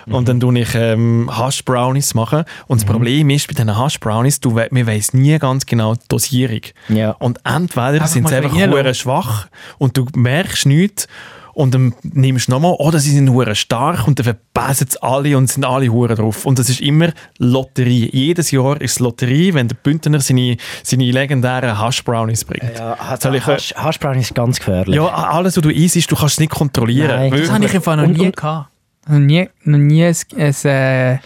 Und dann mache ich ähm, Hash Brownies. Machen. Und das Problem ist, bei diesen Hash Brownies, du, we- man weiss nie ganz genau die Dosierung.
Ja.
Und entweder sind
mal
sie einfach
reinlassen.
hure äh, schwach und du merkst nichts und dann nimmst du oh, nochmal, oder sie sind hure stark und dann verpassen sie alle und sind alle hure drauf. Und das ist immer Lotterie. Jedes Jahr ist es Lotterie, wenn der Bündner seine, seine legendären Hash-Brownies bringt. Ja.
ah,
Soll ich-
Hasch- Haschbraun ist ganz gefährlich.
alles, was du isst, du kannst es nicht kontrollieren.
Nein.
Wirklich.
Das habe ich einfach noch
Und-
nie
und-
gehabt. Noch nie, noch nie ein, ein, äh,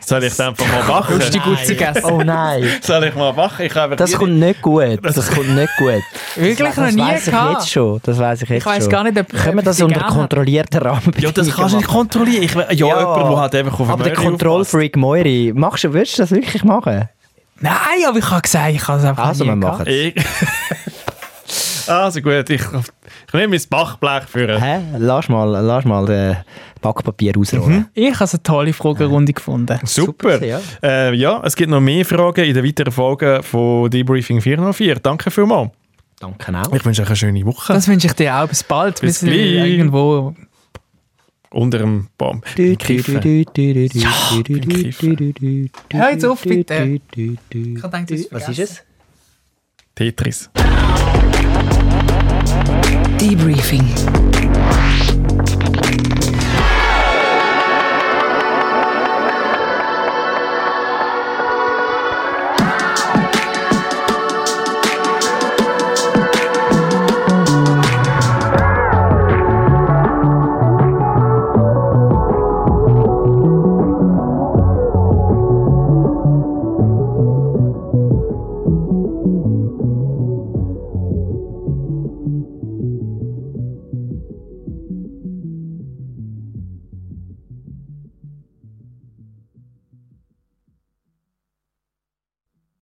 Soll ich es einfach mal machen?
die Gutze gegessen.
Oh nein,
Soll ich mal machen? Ich habe
das kommt nicht gut. Das kommt nicht gut.
Wirklich noch
das
nie
weiss ich
gehabt.
jetzt schon. Das weiß ich jetzt
Ich weiss
schon.
gar nicht, ob-
Können
ob
wir
ich
das
die
unter
gerne
kontrollierten Rahmenbedingungen
ja, das kannst du nicht kontrollieren. Ich, we- ja, jemand, der halt einfach auf
Aber der
Möhrchen
Kontrollfreak Moiri, machst du, würdest du das wirklich machen?
Nein, aber ich habe gesagt, ich habe es einfach
Also,
nie
wir
gehabt.
machen es.
Ich also gut, ich, ich nehme mein Bachblech für.
Hä? Lass mal, lass mal das Backpapier
Mhm.
ausrollen.
Ich habe es eine tolle Fragerunde gefunden.
Also,
Super.
Super, ja.
Äh, ja, es gibt noch mehr Fragen in den weiteren Folgen von Debriefing 404. Danke vielmals.
Danke auch.
Ich wünsche euch eine schöne Woche.
Das wünsche ich dir auch. Bis bald.
Bis
wir sind
gleich.
irgendwo.
Unter dem Baum.
Du,
Beim
du, du,
Kiffen.
du, du, du, du, du, du,
beim Kiffen.
du, du, du, du,
Hör jetzt auf,
du,
bitte.
du, du, du.
Ich habe gedacht, du hast
Was ist
vergessen.
es?
Tetris.
Debriefing.